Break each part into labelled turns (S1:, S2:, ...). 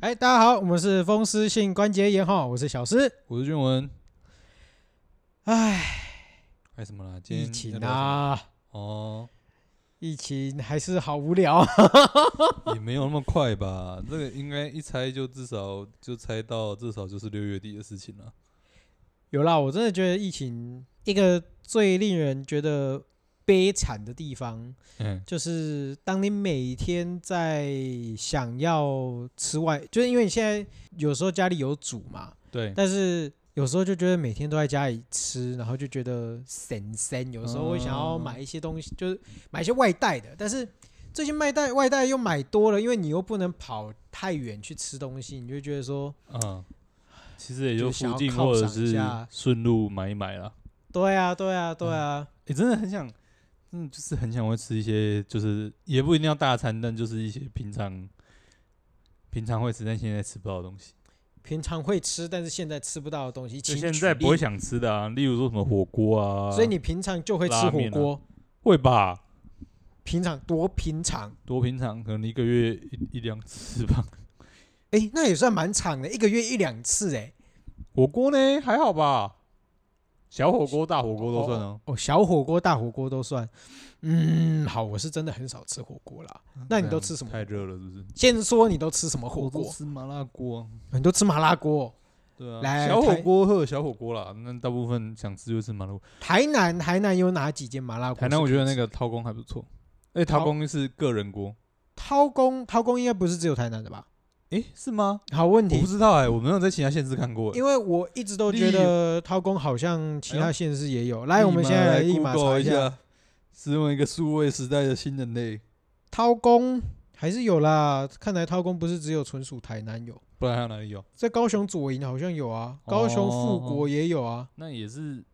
S1: 哎，大家好，我们是风湿性关节炎哈，我是小诗。
S2: 我是俊文，
S1: 哎，
S2: 哎什么啦？今天
S1: 疫情
S2: 要聊什么
S1: 啊，
S2: 哦，
S1: 疫情还是好无聊。
S2: 也没有那么快吧？ 这个应该一猜就至少就猜到至少就是六月底的事情了。
S1: 有啦，我真的觉得疫情一个最令人觉得悲惨的地方，
S2: 嗯，
S1: 就是当你每天在想要吃外，就是因为你现在有时候家里有煮嘛，
S2: 对，
S1: 但是有时候就觉得每天都在家里吃，然后就觉得神神。有时候会想要买一些东西，就是买一些外带的，但是最近外带外带又买多了，因为你又不能跑太远去吃东西，你就觉得说，
S2: 嗯，其实也
S1: 就
S2: 就是
S1: 想
S2: 附
S1: 要
S2: 近
S1: 犒
S2: 或者
S1: 赏一
S2: 是
S1: 下
S2: 顺路买一买啦。
S1: 对啊，对啊，对啊，
S2: 也、真的很想，嗯，就是很想会吃一些，就是也不一定要大餐，但就是一些平常平常会吃，但现在吃不到的东西，
S1: 平常会吃，但是现在吃不到的东西，
S2: 就
S1: 请
S2: 现
S1: 举
S2: 在不会
S1: 例，
S2: 想吃的啊，例如说什么火锅啊，
S1: 所以你平常就会吃
S2: 拉
S1: 火
S2: 面啊
S1: 锅，
S2: 会吧？
S1: 平常多平常，
S2: 多平常，可能一个月一一两次吧。
S1: 哎，那也算蛮长的，一个月一两次，哎，
S2: 火锅呢还好吧，小火锅、大火锅都算哦。
S1: 哦，小火锅、大火锅都算。嗯，好，我是真的很少吃火锅啦。那你都吃什么
S2: 啊太热了是不是？
S1: 先说你都吃什么火
S2: 都
S1: 锅？
S2: 吃麻辣锅，啊
S1: 你都吃麻辣锅？
S2: 对啊，
S1: 来
S2: 小火
S1: 台
S2: 锅或者小火锅啦。那大部分想吃就吃麻辣锅。台
S1: 台南台南有哪几间麻辣锅是可以
S2: 台
S1: 吃？
S2: 南我觉得那个韬宫还不错，哎，韬
S1: 韬
S2: 宫是个人锅，
S1: 韬宫韬宫应该不是只有台南的吧？
S2: 哎，是吗？
S1: 好问
S2: 我
S1: 题
S2: 不，知道哎，我没有在其他县市看过欸。
S1: 因为我一直都觉得韬宫好像其他县市也有。来，我们现在来哎立
S2: 立
S1: 马
S2: 马
S1: 查
S2: 来 Google
S1: 一
S2: 一
S1: 下，
S2: 下，使用一个数位时代的新人类，
S1: 韬宫还是有啦。看来韬宫不是只有纯属台南有，
S2: 不然还有哪里有？
S1: 在高雄左营好像有啊，高雄富国也有啊，
S2: 那也是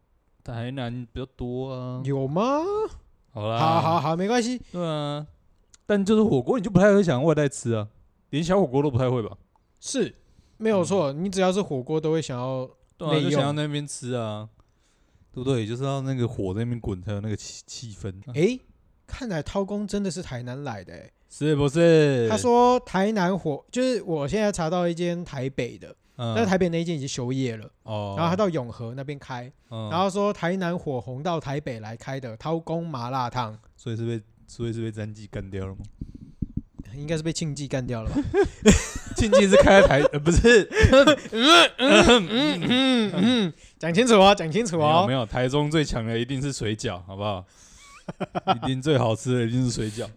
S2: 台南比较多啊。
S1: 有吗？
S2: 好啦，
S1: 好好好，没关系。
S2: 对啊，但就是火锅，你就不太会想外带吃啊，连小火锅都不太会吧？
S1: 是，没有错。你只要是火锅，都会想要
S2: 对啊，
S1: 内
S2: 就想要
S1: 用
S2: 那边吃啊，对不对？就是要那个火在那边滚才有那个气气氛，啊
S1: 诶，看来涛工真的是台南来的、诶，
S2: 是不是？
S1: 他，说台南火，就是我现在查到一间台北的，
S2: 嗯
S1: 但是台北那一间已经休业了，
S2: 哦，
S1: 然后他到永和那边开，
S2: 嗯，
S1: 然后说台南火红到台北来开的涛工麻辣烫，
S2: 所以是被所以是被詹记干掉了吗？
S1: 应该是被庆记干掉了吧？
S2: 庆记是开在台，呃不 是，
S1: 嗯嗯嗯，讲清楚哦，讲清楚
S2: 没有
S1: 哦
S2: 没。有，台中最强的一定是水饺，好 不好？一定最好吃的一定是水饺，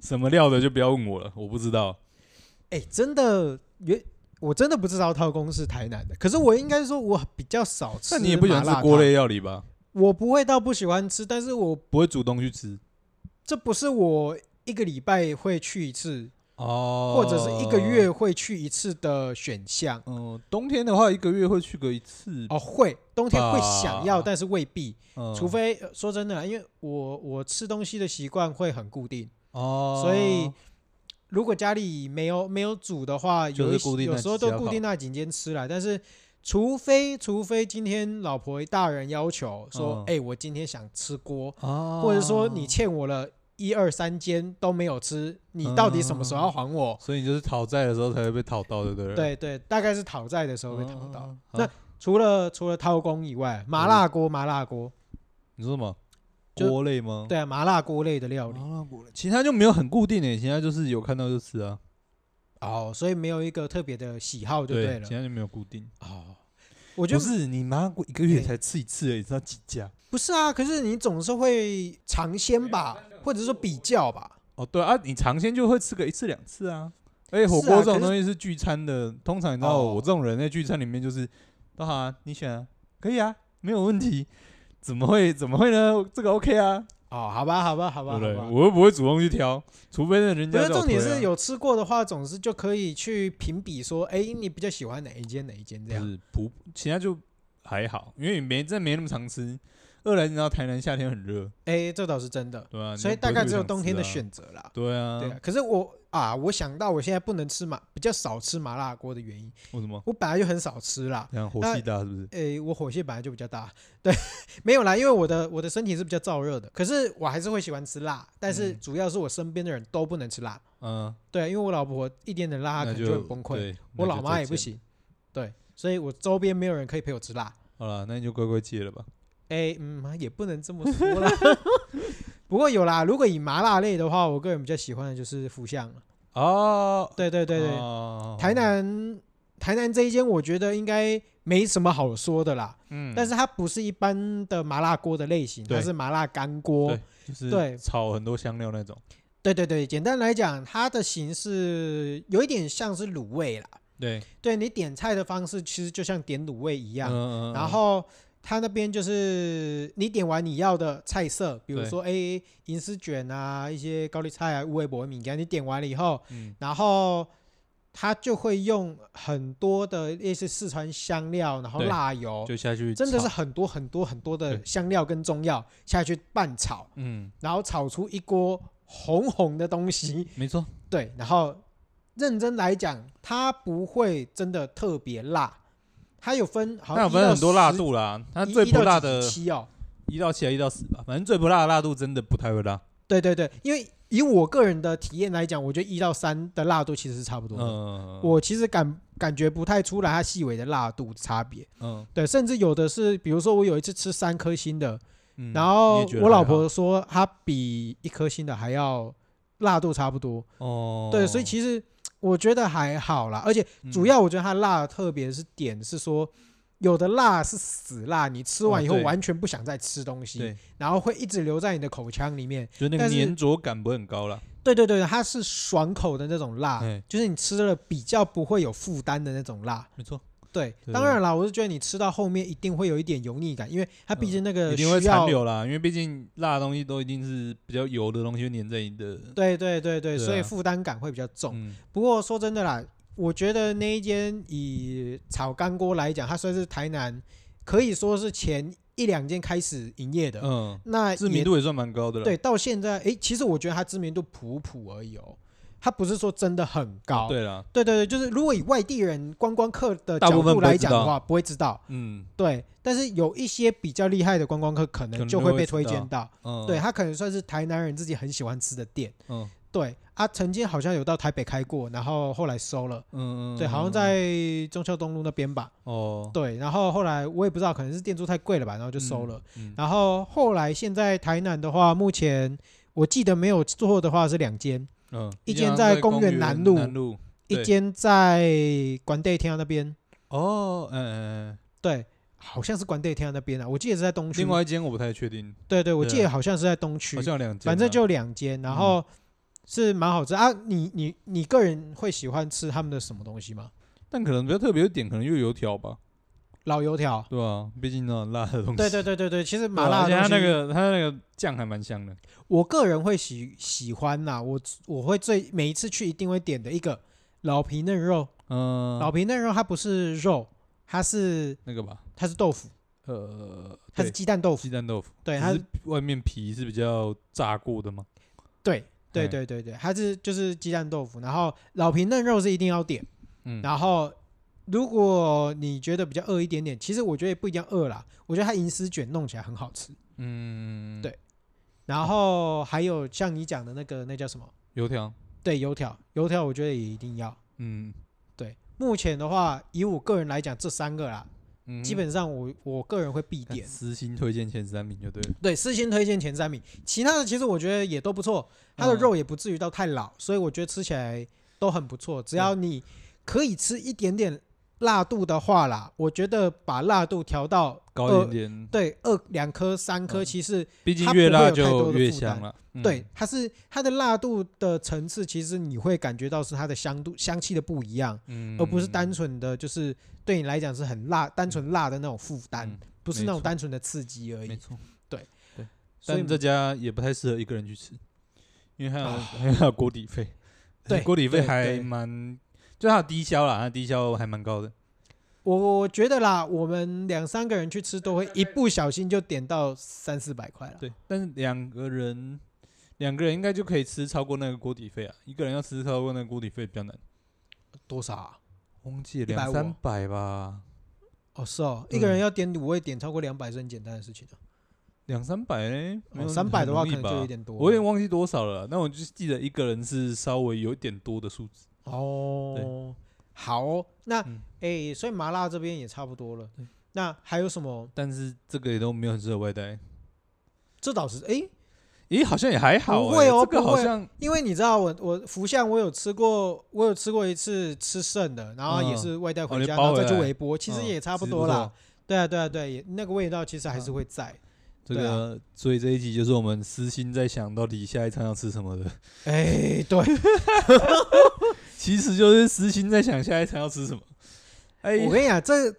S2: 什么料的就不要问我了，我不知道。
S1: 诶，真的原。我真的不知道涛工是台南的，可是我应该说，我比较少吃。
S2: 那你也不喜欢吃锅？类料理吧？
S1: 我不会到不喜欢吃，但是我
S2: 不会主动去吃。
S1: 这不是我一个礼拜会去一次，
S2: 哦，
S1: 或者是一个月。会去一次的选项。
S2: 嗯、冬天的话，一个月会去个一次，
S1: 哦，会，冬天会想要，
S2: 啊
S1: 但是未必，
S2: 嗯
S1: 除非呃说真的啦，因为我我吃东西的习惯会很固定，
S2: 哦，
S1: 所以如果家里没有没有煮的话，
S2: 就
S1: 有
S2: 是
S1: 一些
S2: 固定
S1: 有
S2: 那
S1: 时候
S2: 几家
S1: 都固
S2: 烤
S1: 定那几间吃了，但是。除非除非今天老婆大人要求说
S2: 嗯，
S1: 哎、我今天想吃锅，
S2: 哦，
S1: 或者说你，欠我了一二三间都没有吃，你到底什么时候要还我？
S2: 所以你就是讨债的时候才会被讨到，对不对？，
S1: 对对，大概是讨债的时候会讨到。
S2: 嗯哦
S1: 那
S2: 啊
S1: 除了除了掏工以外，麻辣锅、麻辣锅，
S2: 你说什么？
S1: 就
S2: 锅类吗？
S1: 对啊，麻辣锅类的料理
S2: 麻辣锅类，其他就没有很固定诶，其他就是有看到就吃啊，
S1: 哦，所以没有一个特别的喜好就对了
S2: 其。他就没有固定。
S1: 哦，我觉
S2: 不
S1: 得
S2: 是你麻辣锅一个月才吃一次而已，知道几家？
S1: 不是啊，可是你总是会尝鲜吧，或者说比较吧。
S2: 哦，对啊，你尝鲜就会吃个一次两次啊。而且火
S1: 是
S2: 锅
S1: 啊
S2: 这种
S1: 可是
S2: 东西是聚餐的，通常你知道
S1: 哦
S2: 我这种人在聚餐里面就是，都好啊，你选啊，可以啊，没有问题。怎么会怎么会呢？这个 OK 啊，
S1: 哦，好吧，好吧，好
S2: 对
S1: 吧，
S2: 不
S1: 好
S2: 对？
S1: 吧。
S2: 我又不会主动去挑，除非是人
S1: 不
S2: 家
S1: 是
S2: 叫我
S1: 重点
S2: 推啊
S1: 是有吃过的话，总是就可以去评比说，哎，你比较喜欢哪一间哪一间这
S2: 不
S1: 样。
S2: 是普，其他就还好，因为你没真的没那么常吃。二来你知道台南夏天很热，
S1: 哎，这倒是真的，
S2: 对啊，
S1: 所以
S2: 你就不
S1: 大
S2: 会
S1: 概
S2: 特别
S1: 只有
S2: 想
S1: 冬天
S2: 吃
S1: 的
S2: 啊。
S1: 选择啦。
S2: 对啊，
S1: 对啊，可是我啊，我想到我现在不能吃麻，比较少吃麻辣锅的原因，
S2: 为什么？
S1: 我本来就很少吃啦。
S2: 然后火
S1: 那
S2: 气大是不是？
S1: 诶、我火气本来就比较大，对， 没有啦，因为我的我的身体是比较燥热的，可是我还是会喜欢吃辣，但是
S2: 嗯
S1: 主要是我身边的人都不能吃辣，
S2: 嗯，
S1: 对，啊因为我老婆一点点辣，她
S2: 那
S1: 可能就很崩溃，
S2: 对
S1: 我
S2: 那
S1: 老
S2: 就
S1: 妈
S2: 再
S1: 也不
S2: 见。
S1: 行，对，所以我周边没有人可以陪我吃辣，
S2: 好了，那你就乖乖戒了吧。
S1: 诶、嗯，也不能这么说 啦， 不过有啦，如果以麻辣类的话，我个人比较喜欢的就是福相了，
S2: 哦，
S1: 对对对对，
S2: 哦
S1: 台，南台南这一间我觉得应该没什么好说的啦，
S2: 嗯，
S1: 但是它不是一般的麻辣锅的类型，它
S2: 对
S1: 是麻辣干锅。
S2: 就是
S1: 对
S2: 炒很多香料那种。
S1: 对对对，简单来讲，它的形式有一点像是卤味啦。
S2: 对，
S1: 对你点菜的方式，其实就像点卤味一样。
S2: 嗯
S1: 然后它那边就是你点完你要的菜色，比如
S2: 对
S1: 说哎银丝卷啊、一些高丽菜啊、乌龟薄米干，你点完了以后，
S2: 嗯
S1: 然后它就会用很多的类似四川香料，然后
S2: 对
S1: 辣油，
S2: 就下去，
S1: 真的是，很多很多很多的
S2: 对
S1: 香料跟中药下去拌炒，
S2: 嗯，
S1: 然后炒出一锅红红的东西。
S2: 没错，
S1: 对，然后认真来讲，它不会真的特别辣，它有分好
S2: 它
S1: 像
S2: 有分很多辣度啦，它
S1: 一到十，
S2: 最
S1: 一
S2: 不辣
S1: 一到
S2: 的
S1: 几几七哦。
S2: 一到七还一到四吧，反正最不辣的辣度真的不太会辣。
S1: 对对对，因为以我个人的体验来讲，我觉得一到三的辣度其实是差不多的。
S2: 嗯，
S1: 我其实感感觉不太出来它细微的辣度差别，
S2: 嗯
S1: 对，甚至有的是，比如说我有一次吃三颗星的，
S2: 嗯，
S1: 然后
S2: 你也觉得
S1: 我
S2: 还
S1: 老
S2: 好
S1: 婆说它比一颗星的还要辣度差不多，
S2: 哦，
S1: 对，所以其实我觉得还好啦，而且主
S2: 嗯
S1: 要我觉得它辣，特别是点是说，有的辣是死辣，你吃完
S2: 哦
S1: 以后
S2: 对
S1: 完全不想再吃东西，
S2: 对，
S1: 然后会一直留在你的口腔里面。
S2: 就那个
S1: 但是
S2: 粘着感不会很高啦。
S1: 对对对，它是爽口的那种辣
S2: 哎，
S1: 就是你吃了比较不会有负担的那种辣。
S2: 没错，
S1: 对，
S2: 对
S1: 当然啦，我是觉得你吃到后面一定会有一点油腻感，因为它毕竟那个
S2: 嗯一
S1: 呃需
S2: 定会残
S1: 要。
S2: 留啦，因为毕竟辣的东西都一定是比较油的东西会粘在你的。
S1: 对对对对，
S2: 对啊
S1: 所以负担感会比较重。
S2: 嗯，
S1: 不过说真的啦，我觉得那一间以炒干锅来讲，它算是台南可以说是前一两间开始营业的，
S2: 嗯，
S1: 那
S2: 知名
S1: 也
S2: 度也算蛮高的了。
S1: 对，到现在，诶，其实我觉得它知名度普普而已哦，它不是说真的很高。
S2: 对啦，
S1: 对对对就是如果以外地人观光客的
S2: 大
S1: 角
S2: 部分
S1: 度
S2: 不会
S1: 来
S2: 知
S1: 讲的
S2: 道
S1: 话，不会知道。
S2: 嗯
S1: 对，但是有一些比较厉害的观光客，可
S2: 可
S1: 能
S2: 能
S1: 就
S2: 就
S1: 会
S2: 会
S1: 被
S2: 知
S1: 推荐
S2: 道
S1: 到。
S2: 嗯，
S1: 对，它可能算是台南人自己很喜欢吃的店。
S2: 嗯
S1: 对，啊，曾经好像有到台北开过，然后后来收了。
S2: 嗯嗯，
S1: 对，好像在中孝东路那边吧。
S2: 哦，
S1: 对，然后后来我也不知道，可能是店租太贵了吧，然后就收了。
S2: 嗯，
S1: 然后后来现在台南的话，目前我记得没有错的话是两间，
S2: 嗯，
S1: 一
S2: 间
S1: 间在公
S2: 公
S1: 园南
S2: 南
S1: 路
S2: 路
S1: 一
S2: 对
S1: 间在关帝啊厅那边，
S2: 哦，嗯嗯，嗯
S1: 对，好像是关帝厅那边啊，我记得是在东区
S2: 另。外一间我不太确定，
S1: 对对，我
S2: 对
S1: 记得好像是在东区
S2: 好，像有两间啊，
S1: 反正就两间，然后是蛮好吃啊。你你你个人会喜欢吃他们的什么东西吗？
S2: 但可能比较特别的点，可能又油条吧，
S1: 老油条。
S2: 对吧？毕竟那种辣的东西，
S1: 对对对对对，其实
S2: 嗯对
S1: 麻
S2: 啊
S1: 辣
S2: 而
S1: 的
S2: 且它
S1: 东西
S2: 那个它那个酱还蛮香的，
S1: 我个人会喜喜欢呐、我我会最每一次去一定会点的一个老皮嫩肉，
S2: 嗯，
S1: 老皮嫩肉它不是肉，它是
S2: 那个吧，
S1: 它是豆腐，
S2: 呃，
S1: 它
S2: 对
S1: 是鸡蛋豆腐，
S2: 鸡蛋豆腐，
S1: 对，
S2: 只
S1: 它
S2: 是外面皮是比较炸过的吗？
S1: 对对
S2: 嘿
S1: 对对对，它是就是鸡蛋豆腐，然后老皮嫩肉是一定要点，
S2: 嗯，
S1: 然后如果你觉得比较饿一点点，其实我觉得也不一定要饿啦，我觉得它银丝卷弄起来很好吃，
S2: 嗯，
S1: 对然后还有像你讲的那个那叫什么？
S2: 油条，
S1: 对，油条，油条我觉得也一定要。
S2: 嗯
S1: 对，目前的话，以我个人来讲，这三个啦，
S2: 嗯，
S1: 基本上我我个人会必
S2: 看
S1: 点。呃
S2: 私心推荐前三名就对了，
S1: 对，四星推荐前三名，其他的其实我觉得也都不错，它的
S2: 嗯
S1: 肉也不至于到太老，所以我觉得吃起来都很不错。只
S2: 嗯
S1: 要你可以吃一点点辣度的话啦，我觉得把辣度调到
S2: 高
S1: 二
S2: 一点点，
S1: 对二两颗三颗，
S2: 嗯
S1: 其实
S2: 毕竟
S1: 它
S2: 越
S1: 不会
S2: 辣
S1: 有太多
S2: 就
S1: 的
S2: 越
S1: 负
S2: 香
S1: 担
S2: 了。嗯
S1: 对，它是它的辣度的层次，其实你会感觉到是它的香度香气的不一样。
S2: 嗯
S1: 而不是单纯的就是对你来讲是很辣、单纯辣的那种负担
S2: 嗯，
S1: 不是那种
S2: 没错
S1: 单纯的刺激而
S2: 没
S1: 已。
S2: 错。
S1: 所以
S2: 但这家也不太适合一个人去吃，因为还有、
S1: 啊
S2: 还有还有锅底费，
S1: 对
S2: 锅底 费
S1: 对
S2: 还
S1: 对啊
S2: 蛮，就它的低消啦，它的低消还蛮高的。
S1: 我觉得啦，我们两三个人去吃都会一不小心就点到三四百块了。
S2: 对，但是两个人，两个人应该就可以吃超过那个锅底费啊。一个人要吃超过那个锅底费比较难，
S1: 多少、啊？
S2: 忘记了
S1: 150
S2: 两三百吧，
S1: 哦，是哦，
S2: 嗯
S1: 一个人要点五味，点超过两百是很简单的事情啊
S2: 两三百嘞，
S1: 哦
S2: 没有
S1: 三百的话
S2: 很
S1: 可
S2: 容
S1: 能
S2: 易
S1: 就
S2: 吧
S1: 有点多了。
S2: 我有点忘记多少了啦，那我就记得一个人是稍微有一点多的数字。
S1: 哦，好哦那
S2: 嗯
S1: 诶，所以麻辣这边也差不多了
S2: 对。
S1: 那还有什么？
S2: 但是这个也都没有很适合外带。
S1: 这倒是诶，
S2: 咦，好像也还好、欸，
S1: 不会哦
S2: 这个
S1: 不
S2: 好
S1: 会
S2: 像
S1: 因为你知道我我福相我有吃过，我有吃过一次吃剩的，然后也
S2: 嗯
S1: 是外带
S2: 哦
S1: 回
S2: 你
S1: 家，
S2: 包
S1: 然后
S2: 回
S1: 再去
S2: 来
S1: 微波，其实
S2: 嗯
S1: 也差不
S2: 其实
S1: 多
S2: 不
S1: 啦
S2: 错。
S1: 对啊，对啊，对，也那个味道其实还是会在。
S2: 这
S1: 对啊
S2: 个，所以这一集就是我们私心在想到底下一餐要吃什么的，
S1: 哎，对，
S2: 其实就是私心在想下一餐要吃什么。哎、
S1: 我跟你讲，这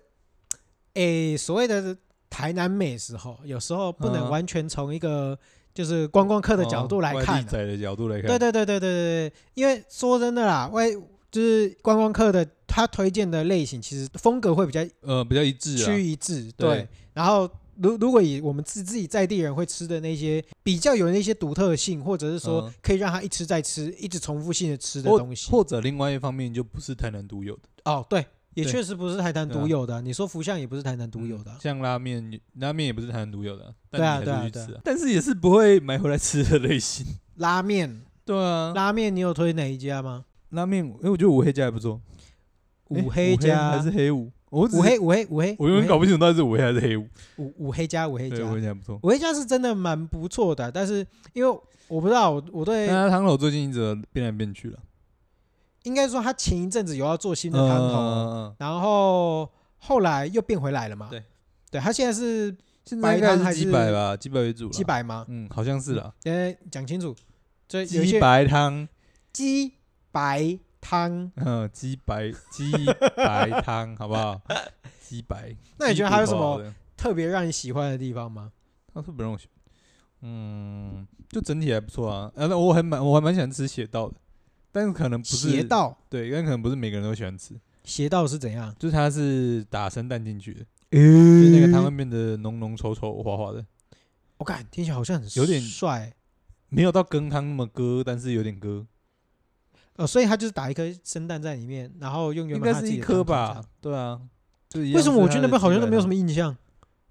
S1: 诶、所谓的台南美食哈，有时候不能
S2: 嗯
S1: 完全从一个就是观光客的角度来
S2: 哦
S1: 看
S2: 外地
S1: 啊、
S2: 仔的角度来看，
S1: 对对对对对对对，因为说真的啦，外就是观光客的他推荐的类型，其实风格会比较
S2: 呃，比较一致啊
S1: 趋。一致。对，
S2: 对
S1: 然后如如果以我们自自己在地人会吃的那些比较有那些独特性，或者是说
S2: 嗯
S1: 可以让他一吃再吃，一直重复性的吃的
S2: 或
S1: 东西。
S2: 或者另外一方面就不是台南独有的，
S1: 哦，对，也
S2: 对
S1: 确实不是台南
S2: 对啊
S1: 独有的啊。你说福相也不是台南独有的啊
S2: 嗯。像拉面，拉面也不是台南独有的啊，
S1: 对啊
S2: 但你还是
S1: 对啊
S2: 去吃
S1: 对
S2: 啊，但是也是不会买回来吃的 类型。
S1: 拉面，
S2: 对啊，
S1: 拉面你有推哪一家吗？
S2: 拉面，哎、我觉得五黑家还不错，诶
S1: 五黑
S2: 五
S1: 加
S2: 还是黑五？我只是
S1: 五黑，五黑五黑，
S2: 我
S1: 五
S2: 永远
S1: 黑
S2: 搞不清楚到底是五黑还是黑五。
S1: 五五黑加五黑
S2: 对，
S1: 加
S2: 五，黑家还不错。
S1: 五黑加是真的蛮不错的，啊但是因为我不知道我我对
S2: 但他汤头最近一直变来变去了，
S1: 应该说他前一阵子有要做新的汤头，啊
S2: 头，
S1: 然后后来又变回来了嘛。
S2: 呃对，
S1: 对他现在是
S2: 现在
S1: 白
S2: 应该
S1: 汤
S2: 是
S1: 还
S2: 几
S1: 是
S2: 百吧，几百为主了。
S1: 鸡，白吗？
S2: 嗯，好像是啦。
S1: 呃，讲清楚，这有一
S2: 鸡
S1: 些
S2: 白汤，
S1: 鸡白汤，
S2: 嗯，鸡 白鸡白汤，好不好？鸡白。
S1: 那你觉得
S2: 鸡
S1: 还有
S2: 骨
S1: 什
S2: 头好
S1: 么
S2: 的？
S1: 特别让你喜欢的地方吗？
S2: 他特别让我喜欢，嗯，就整体还不错啊。呃，那我还蛮我还蛮喜欢吃斜道的，但是可能不是
S1: 邪，道，
S2: 对，但可能不是每个人都喜欢吃。
S1: 邪道是怎样？
S2: 就是它是打生蛋进去的，就
S1: 就是
S2: 那个汤会变得浓浓稠稠滑滑的，
S1: 我看听起来好像很
S2: 有点
S1: 帅
S2: 没有到羹汤那么割，但是有点割。
S1: 哦，所以他就是打一颗生蛋在里面，然后用原
S2: 应
S1: 本
S2: 该
S1: 他
S2: 是
S1: 自己
S2: 一
S1: 的糖
S2: 颗
S1: 浆
S2: 吧
S1: 酱？？
S2: 对啊，就一样
S1: 为什么
S2: 是
S1: 我
S2: 它
S1: 去
S2: 的
S1: 那边好像
S2: 鸡
S1: 都
S2: 白
S1: 没有
S2: 汤
S1: 什么？印象？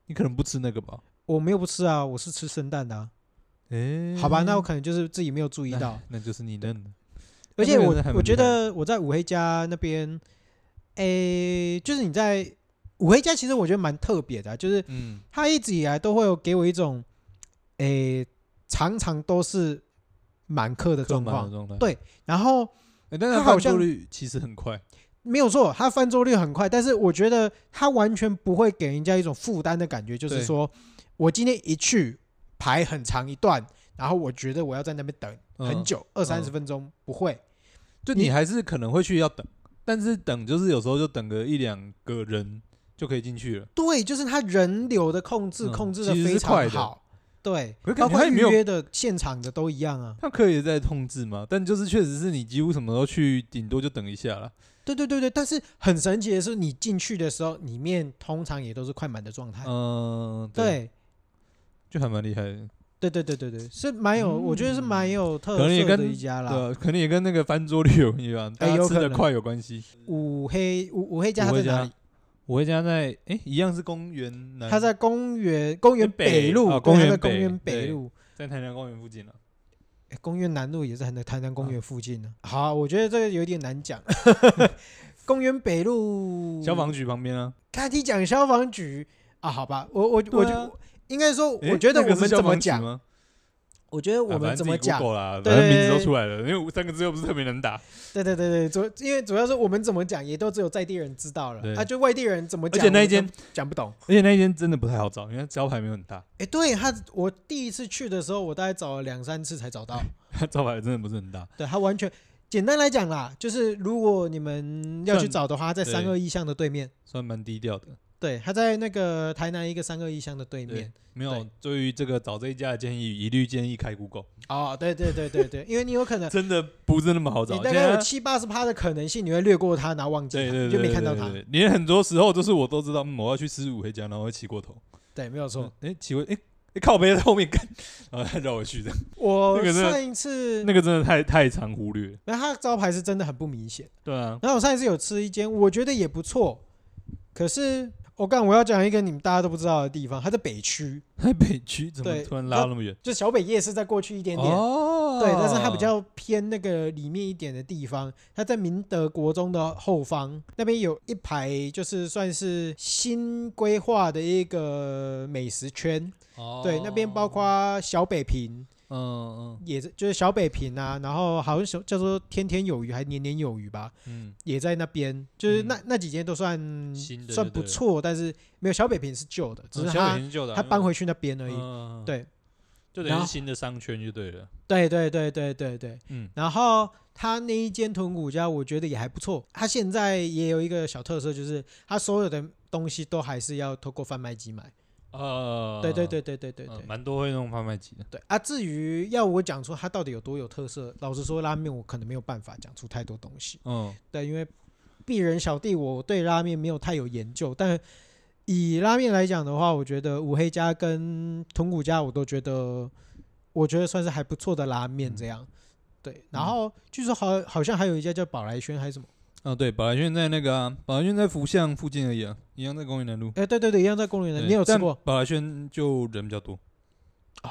S2: 你可能不吃那个吧？
S1: 我没有不吃啊，我是吃生蛋的、啊。
S2: 诶、
S1: 好吧，那我可能就是自己没有注意
S2: 哎
S1: 到。
S2: 那就是你认的。
S1: 而
S2: 那
S1: 且
S2: 边
S1: 我
S2: 人还蛮
S1: 我觉
S2: 厉害
S1: 得我在五黑家那边，诶、就是你在五黑家，其实我觉得蛮特别的啊、就是
S2: 嗯，
S1: 他一直以来都会有给我一种，诶、常常都是满客的状
S2: 状况
S1: 况，
S2: 状态。
S1: 对然后
S2: 诶，但
S1: 它
S2: 是它
S1: 好
S2: 好
S1: 像
S2: 像率其实很快。
S1: 没有错，他翻桌率很快，但是我觉得他完全不会给人家一种负担的感觉，就是
S2: 对
S1: 说我今天一去排很长一段，然后我觉得我要在那边等很
S2: 嗯
S1: 久，二三十
S2: 嗯
S1: 分钟，不会。
S2: 就
S1: 你
S2: 你还是可能会去要等，但是等就是有时候就等个一两个人就可以进去了。
S1: 对，就是他人流的控制
S2: 嗯
S1: 控制的
S2: 其实
S1: 非
S2: 是快
S1: 常
S2: 的
S1: 好，对，
S2: 可是
S1: 包
S2: 感觉
S1: 括
S2: 他也
S1: 预
S2: 没有嗯
S1: 约的、现场的都一样啊。
S2: 它可以再控制嘛，但就是确实是你几乎什么时候去，顶多就等一下了。
S1: 对对对对，但是很神奇的是，你进去的时候，里面通常也都是快满的状态。
S2: 嗯，，
S1: 哎对
S2: 就还蛮厉害的。
S1: 对对对对对，是蛮有，我觉得是蛮有特
S2: 嗯可能也
S1: 色的
S2: 跟
S1: 一家啦。
S2: 对，啊可能也跟那个翻桌率有关系吧，大家
S1: 啊哎有
S2: 吃
S1: 可
S2: 的
S1: 能
S2: 快有关系。
S1: 五黑五五黑家
S2: 我
S1: 他在
S2: 会
S1: 哪
S2: 家
S1: 里？，
S2: 我会家在诶，一样是公园南，
S1: 他在公园公园北
S2: 北
S1: 路，对
S2: 哦公
S1: 他
S2: 园
S1: 在公
S2: 北
S1: 园北
S2: 对
S1: 路，
S2: 在台南公园附近啊了。
S1: 诶公园南路也是很在台南公
S2: 啊
S1: 园附近呢。好，我觉得这个有点难 讲。公园北路
S2: 消防局旁边啊，
S1: 看你讲消防局啊，好吧，我我我
S2: 对啊
S1: 就应该说，
S2: 诶
S1: 我觉得
S2: 那个
S1: 我
S2: 是
S1: 们
S2: 消
S1: 怎么
S2: 防局
S1: 讲？
S2: 吗？
S1: 我觉得
S2: 啊
S1: 我们
S2: 反正
S1: 怎
S2: 自己
S1: 么讲？
S2: Google 啦，
S1: 对
S2: 反正名字
S1: 对
S2: 都
S1: 对
S2: 出来了，因为三个字又不是特别能打，
S1: 对对对对，主因为主要是我们怎么讲，也都只有在地人知道了
S2: 对
S1: 啊，就外地人怎么
S2: 而
S1: 讲，
S2: 且那
S1: 我
S2: 一间
S1: 们都讲不懂。
S2: 而且那一间真的不太好找，因为它招牌没有很大，
S1: 哎，对他，我第一次去的时候，我大概找了两三次才找 到。
S2: 它招牌真的不是很大。
S1: 对他完全，简单来讲啦，就是如果你们要去
S2: 算
S1: 找的话，在
S2: 对
S1: 三二一巷的对面。
S2: 算蛮低调的。
S1: 对，他在那个台南一个三二一巷的对
S2: 对
S1: 面。，
S2: 没有
S1: 对。
S2: 对于这个找这一家的建议，一律建议开 Google，
S1: 哦，对对对对 对，因为你有可 能
S2: 真的不是那么好找。
S1: 你大
S2: 现
S1: 概有
S2: 在
S1: 七八十趴的可能性你会略过它，然后忘记
S2: 对
S1: 它，
S2: 啊对
S1: 你
S2: 对，
S1: 啊就没看到
S2: 对
S1: 它。
S2: 对对连很多时候都是我都知道，嗯，我要去吃五回家，然后会骑过头。
S1: 对，没有错。
S2: 哎，骑回哎哎靠背在后面干，然后再绕回去的。
S1: 我
S2: 那个真的
S1: 上一次，
S2: 那个真的太太常忽略。
S1: 然后它的招牌是真的很不明显。
S2: 对啊，
S1: 然后我上一次有吃一间，我觉得也不错，可是我干、我要讲一个你们大家都不知道的地方，它在北区，
S2: 台北区怎么
S1: 对
S2: 突然拉那么远？
S1: 就小北夜市再过去一点点。
S2: 哦，
S1: 对，但是它比较偏那个里面一点的地方，它在明德国中的后方那边有一排，就是算是新规划的一个美食圈。
S2: 哦
S1: 对，那边包括小北平，
S2: 嗯嗯
S1: 也是就是小北平啊，然后好像是叫做天天有余还年年有余吧，
S2: 嗯，
S1: 也在那边，就是那、那几间都算
S2: 新的就
S1: 算不
S2: 对了
S1: 错，但是没有小北平是旧的，只是
S2: 小
S1: 他、
S2: 北是旧的啊，
S1: 他
S2: 因为
S1: 搬回去那边而已。
S2: 嗯，嗯嗯
S1: 对
S2: 就
S1: 然
S2: 等于
S1: 后
S2: 是新的商圈就对了。
S1: 对对对对对对，
S2: 嗯，
S1: 然后他那一间豚骨家，我觉得也还不错。他现在也有一个小特色，就是他所有的东西都还是要透过贩卖机买。
S2: 呃，
S1: 对对对对对对
S2: 嗯，
S1: 对
S2: 蛮多会那种贩卖机的。
S1: 对啊！至于要我讲出它到底有多有特色，老实说，拉面我可能没有办法讲出太多东西。
S2: 嗯，
S1: 对，因为鄙人小弟我对拉面没有太有研究，但以拉面来讲的话，我觉得五黑家跟豚骨家我都觉得，我觉得算是还不错的拉面
S2: 嗯
S1: 这样。对，然后据说好好像还有一家叫宝来轩还是什么，
S2: 哦对，宝来轩在那个啊，宝来轩在福巷附近而已啊，一样在公园南路。
S1: 哎，对对对，一样在公园的，
S2: 对
S1: 你有吃
S2: 但
S1: 过？
S2: 宝来轩就人比较多哦，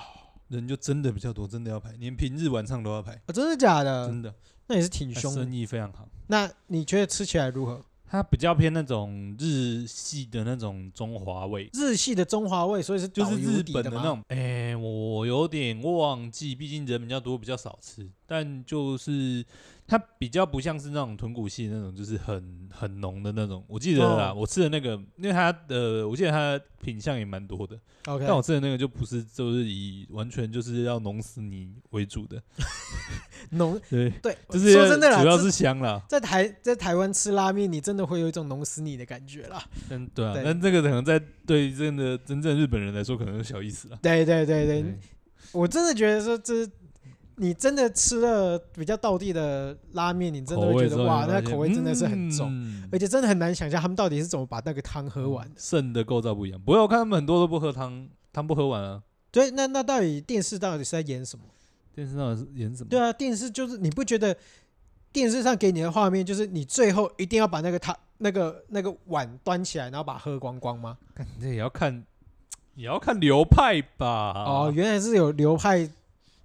S2: 人就真的比较多，真的要排，连平日晚上都要排，
S1: 哦真的假的？
S2: 真的，
S1: 那也是挺
S2: 他
S1: 凶的
S2: 生。意非常好。
S1: 那你觉得吃起来如何？
S2: 它比较偏那种日系的那种中华味，
S1: 日系的中华味，所以是
S2: 就
S1: 导
S2: 是
S1: 游
S2: 日
S1: 底
S2: 本
S1: 的
S2: 的那
S1: 吗。
S2: 种。哎、我有点忘记，毕竟人比较多，比较少吃。但就是它比较不像是那种豚骨系的那种，就是很很浓的那种。我记得啦，
S1: 哦
S2: 我吃的那个，因为它的我记得它的品相也蛮多的，
S1: OK，
S2: 但我吃的那个就不是，就是以完全就是要浓死你为主的。
S1: 浓
S2: 对，哦
S1: 对，
S2: 就是
S1: 说真的啦，
S2: 主要
S1: 这
S2: 是香啦。
S1: 在台在台湾吃拉面，你真的会有一种浓死你的感觉啦。
S2: 嗯，对啊，
S1: 对
S2: 但这个可能在对真的真正日本人来说，可能是小意思啊。
S1: 对对对对，我真的觉得说这，你真的吃了比较道地的拉面，你真的会觉得哇，那口味真的是很重，
S2: 嗯
S1: 而且真的很难想象他们到底是怎么把那个汤喝完的。
S2: 肾的构造不一样。不过我看他们很多都不喝汤，汤不喝完啊。
S1: 对，那那到底电视到底是在演什么？
S2: 电视上是演什么？
S1: 对啊，电视就是你不觉得电视上给你的画面就是你最后一定要把那个汤、那个那个碗端起来，然后把它喝光光吗？
S2: 干，这也要看，也要看流派吧。
S1: 哦，，原来是有流派。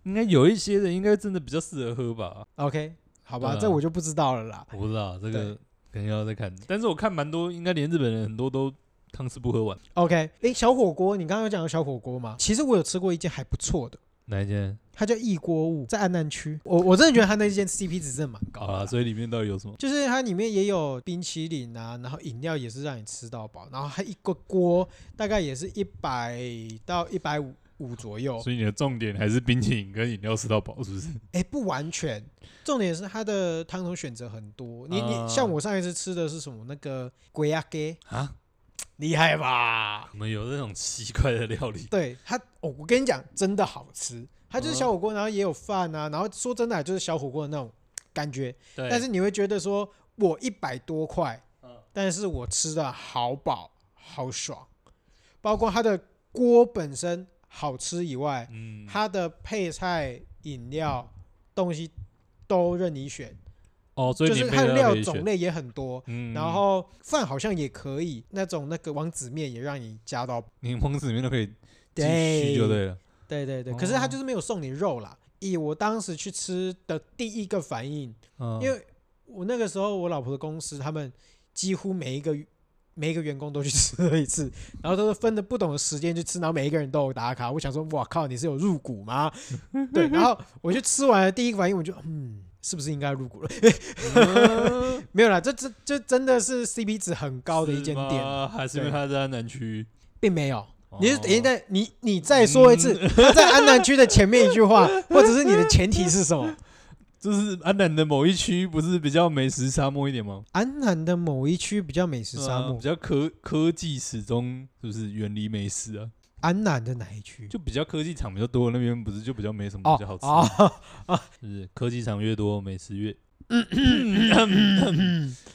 S2: 应该有一些人应该真的比较适合喝吧。
S1: OK，好吧，
S2: 对啊
S1: 这我就不知道了啦。
S2: 我不知道这
S1: 对
S2: 个肯定要再看，但是我看蛮多，应该连日本人很多都汤是不喝完。
S1: OK，哎、小火锅，你刚刚有讲到小火锅吗？其实我有吃过一间还不错的，
S2: 哪一间？
S1: 它叫一锅物，在安南区。我我真的觉得它那间 CP 值真的蛮高
S2: 好
S1: 的啦
S2: 啦，所以里面到底有什么？
S1: 就是它里面也有冰淇淋啊，然后饮料也是让你吃到饱，然后它一个锅大概也是一百到一百五五左右，
S2: 所以你的重点还是冰淇淋跟饮料吃到饱，是不是？
S1: 哎、不完全。重点是它的汤头选择很多，你你
S2: 啊
S1: 像我上一次吃的是什么那个鬼鸭给
S2: 啊，
S1: 厉害吧？
S2: 我们有那种奇怪的料理，
S1: 对它，哦，我跟你讲，真的好吃。它
S2: 嗯
S1: 就是小火锅，然后也有饭啊，然后说真的啊，就是小火锅的那种感觉。
S2: 对
S1: 但是你会觉得说，我一百多块
S2: 嗯，
S1: 但是我吃的好饱好爽，包括它的锅本身好吃以外，
S2: 嗯，
S1: 它的配菜、饮料、东西都任你选，
S2: 哦，所以
S1: 就
S2: 你
S1: 是
S2: 没
S1: 它
S2: 有
S1: 的
S2: 料
S1: 料
S2: 可以
S1: 种
S2: 选，
S1: 类也很多。
S2: 嗯
S1: 然后饭好像也可以，那种那个王子面也让你加到，
S2: 柠檬汁里面都可以继续
S1: 对
S2: 就对了。
S1: 对对对。可是它
S2: 哦
S1: 就是没有送你肉啦。以我当时去吃的第一个反应，
S2: 嗯
S1: 因为我那个时候我老婆的公司，他们几乎每一个每一个员工都去吃了一次， 然后都是分的不同的时间去吃，然后每一个人都有打卡。我想说，哇靠，你是有入股 吗？对，然后我就吃完了第一个反应，我就嗯，是不是应该入股了？
S2: 嗯
S1: 没有啦，这这这真的是 CP 值很高的一间
S2: 是
S1: 店，
S2: 吗还是因为
S1: 对
S2: 它在南区？
S1: 并没有。你是等
S2: 一
S1: 一下，你
S2: 嗯
S1: 你再说一次，他在安南区的前面一句话，或者是你的前提是什么？
S2: 就是安南的某一区不是比较美食沙漠一点吗？
S1: 安南的某一区比较美食沙
S2: 呃
S1: 漠
S2: 比，较科科技始终是不是远离美食啊？
S1: 安南的哪一区？
S2: 就比较科技厂比较多，那边不是就比较没什么
S1: 哦
S2: 嗯比较好吃？
S1: 哦，
S2: 是不是科技厂越多，美食越。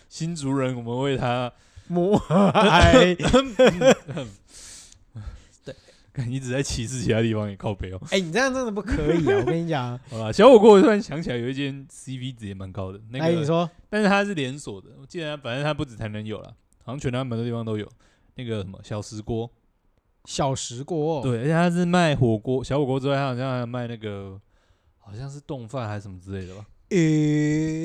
S2: 新族人，我们为他
S1: 母 哎
S2: 看一直在歧视其他地方，也靠北哦。
S1: 哎，你这样真的不可以啊！我跟你讲，
S2: 好啦，小火锅我突然想起来有一间 CP 值也蛮高 的，那
S1: 哎，你
S2: 个，
S1: 说
S2: 但是它是连锁的，我记得它反正它不止台南有啦，好像全台湾蛮多地方都有。那个什么小石锅，
S1: 小石锅，，
S2: 对，而且它是卖火锅、小火锅之外，它好像还有卖那个好像是冻饭还是什么之类的吧，我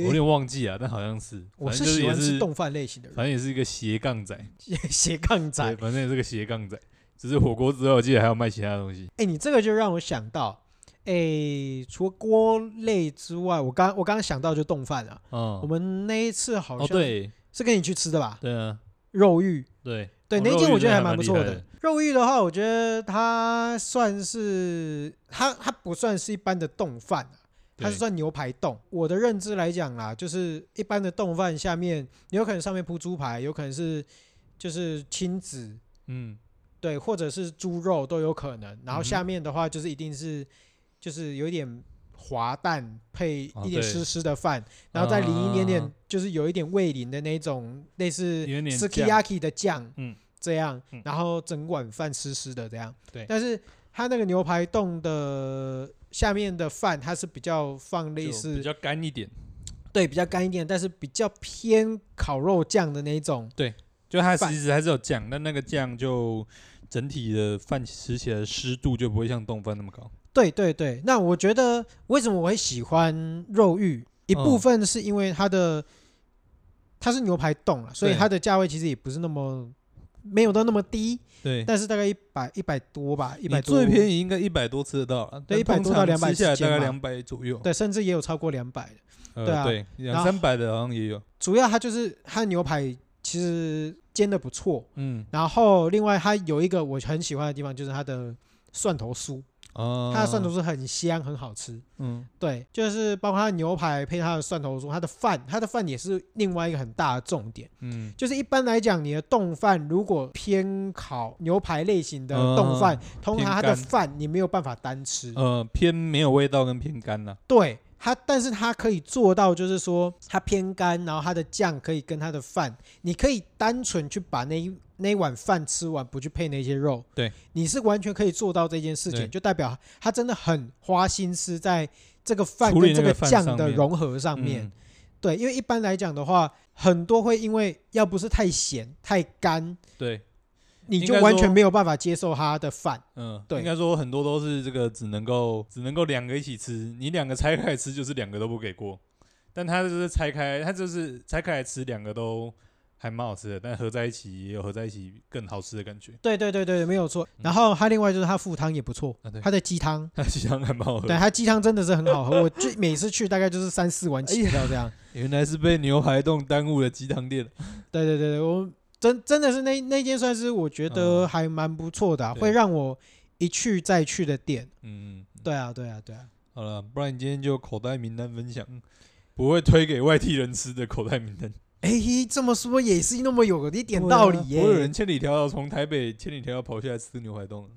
S2: 有
S1: 呃，
S2: 点忘记啊，但好像是，
S1: 我
S2: 反正
S1: 是
S2: 就是
S1: 喜
S2: 也
S1: 欢
S2: 是
S1: 吃，冻饭类型的人，
S2: 反正也是一个斜杠仔，
S1: 斜杠仔
S2: 对，。反正也是个斜杠仔。只是火锅之外，我记得还有卖其他东西。
S1: 哎、你这个就让我想到，哎、除了锅类之外，我刚我刚刚想到就冻饭了。啊
S2: 嗯，
S1: 我们那一次好
S2: 哦
S1: 像、
S2: 对
S1: 是跟你去吃的吧？
S2: 对啊
S1: 肉玉，
S2: 对
S1: 对、
S2: 哦
S1: 那一
S2: 肉
S1: 间
S2: 玉
S1: 我觉得
S2: 真
S1: 还
S2: 的还
S1: 蛮
S2: 蛮
S1: 不
S2: 厉
S1: 错
S2: 害
S1: 的
S2: 的。
S1: 肉玉的话，我觉得它算是它它不算是一般的冻饭、啊。它是
S2: 对
S1: 算牛排冻，我的认知来讲啦，就是一般的冻饭下面，你有可能上面铺猪排，有可能是就是亲子，
S2: 嗯
S1: 对，或者是猪肉都有可能。然后
S2: 嗯哼
S1: 下面的话就是一定是就是有一点滑蛋配
S2: 哦
S1: 一点
S2: 对
S1: 湿湿的饭，然后再淋一点
S2: 啊
S1: 点就是有一点味淋的那种类似
S2: 有一点酱
S1: sukiyaki 的酱，
S2: 嗯，
S1: 这样
S2: 嗯，
S1: 然后整碗饭湿湿的这样。
S2: 对
S1: 但是它那个牛排冻的下面的饭，它是比较放类
S2: 就
S1: 似
S2: 比较干一点，
S1: 对比较干一点，但是比较偏烤肉酱的那种。
S2: 就它
S1: 饭
S2: 其实还是有酱，但那个酱就整体的饭吃起来的湿度就不会像冻饭那么高。
S1: 对对对，那我觉得为什么我会喜欢肉欲，一部
S2: 嗯
S1: 分是因为它的、它是牛排冻了，所以
S2: 对
S1: 它的价位其实也不是那么没有到那么低，
S2: 对，
S1: 但是大概一百一百多吧，一
S2: 你
S1: 百多
S2: 最便
S1: 宜，
S2: 宜应该一百多吃得到了，
S1: 对
S2: 但
S1: 100多
S2: 通常
S1: 到200
S2: 吃下来
S1: 之间
S2: 大概
S1: 吧
S2: 两百左右。
S1: 对，甚至也有超过两百的。
S2: 呃
S1: 对啊
S2: 对，
S1: 然
S2: 两
S1: 后
S2: 三百的好像也有。
S1: 主要它就是它的牛排其实煎的不错，
S2: 嗯
S1: 然后另外它有一个我很喜欢的地方就是它的蒜头酥，
S2: 啊，
S1: 它的蒜头酥很香，很好吃。
S2: 嗯
S1: 对，就是包括它的牛排配它的蒜头酥，它的饭，它的饭也是另外一个很大的重点。
S2: 嗯
S1: 就是一般来讲，你的冻饭如果偏烤牛排类型的冻饭，通常它的
S2: 嗯偏干
S1: 饭你没有办法单吃。
S2: 呃偏没有味道跟偏干啦。
S1: 对它，但是它可以做到，就是说它偏干，然后它的酱可以跟它的饭，你可以单纯去把那一那一碗饭吃完，不去配那些肉。
S2: 对，
S1: 你是完全可以做到这件事情，
S2: 对
S1: 就代表它真的很花心思在这个饭
S2: 处理
S1: 跟这
S2: 那个饭
S1: 酱
S2: 上
S1: 的
S2: 面
S1: 融合上面。
S2: 嗯
S1: 对，因为一般来讲的话，很多会因为要不是太咸太干，
S2: 对，
S1: 你
S2: 应
S1: 就
S2: 该
S1: 完全
S2: 说
S1: 没有办法接受它的饭。
S2: 嗯，
S1: 对
S2: 应该说很多都是这个只能够只能够两个一起吃，你两个拆开来吃就是两个都不给过，但他就是拆开，他就是拆开来吃两个都还蛮好吃的，但合在一起也有合在一起更好吃的感觉。
S1: 对对对对，没有错。
S2: 嗯
S1: 然后它另外就是它副汤也不错
S2: 啊对，
S1: 它的鸡汤，
S2: 那鸡汤还蛮好喝
S1: 对
S2: 的，
S1: 它鸡汤真的是很好喝，我 就每次去大概就是三四碗起跳这样。
S2: 原来是被牛排冻耽误了鸡汤店。
S1: 对对对对，我真真的是那那间算是我觉得
S2: 嗯
S1: 还蛮不错的啊、
S2: 对
S1: 会让我一去再去的店。
S2: 嗯，
S1: 对啊对啊对啊，
S2: 好了，不然你今天就口袋名单分享，不会推给外地人吃的口袋名单。
S1: 哎，这么说也是那么 有一点道理耶、
S2: 不会啊有人千里迢迢从台北千里迢迢跑下来吃牛排冻。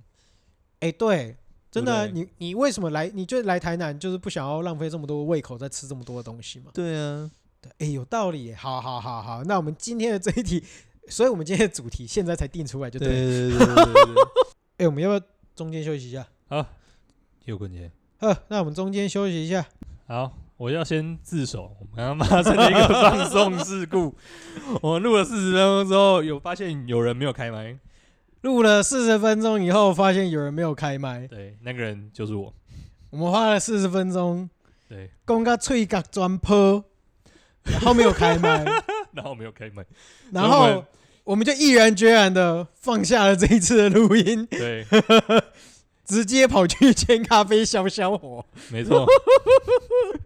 S1: 哎，对，真的啊，
S2: 对不
S1: 你你为什么来？你就来台南，就是不想要浪费这么多胃口在吃这么多的东西嘛？
S2: 对啊，
S1: 对，哎，有道理耶。好好好好，那我们今天的这一题，所以我们今天的主题现在才定出来就
S2: 对
S1: 对了。
S2: 对对对对对对。
S1: 哎，我们要不要中间休息一下？
S2: 好， 又棍姐。
S1: 呃，那我们中间休息一下。
S2: 好，我要先自首，我们刚刚发生了一个放送事 故。我们录了四十分钟之后，有发现有人没有开麦，
S1: 录了四十分钟以后，发现有人没有开麦，
S2: 对，那个人就是我。
S1: 我们花了四十分钟，
S2: 对，
S1: 公个脆角砖坡，然后没有开麦，
S2: 然后没有开麦，
S1: 然
S2: 所以我
S1: 后
S2: 们
S1: 我们就毅然决然的放下了这一次的录音。
S2: 对，
S1: 直接跑去煎咖啡消消火，
S2: 没错，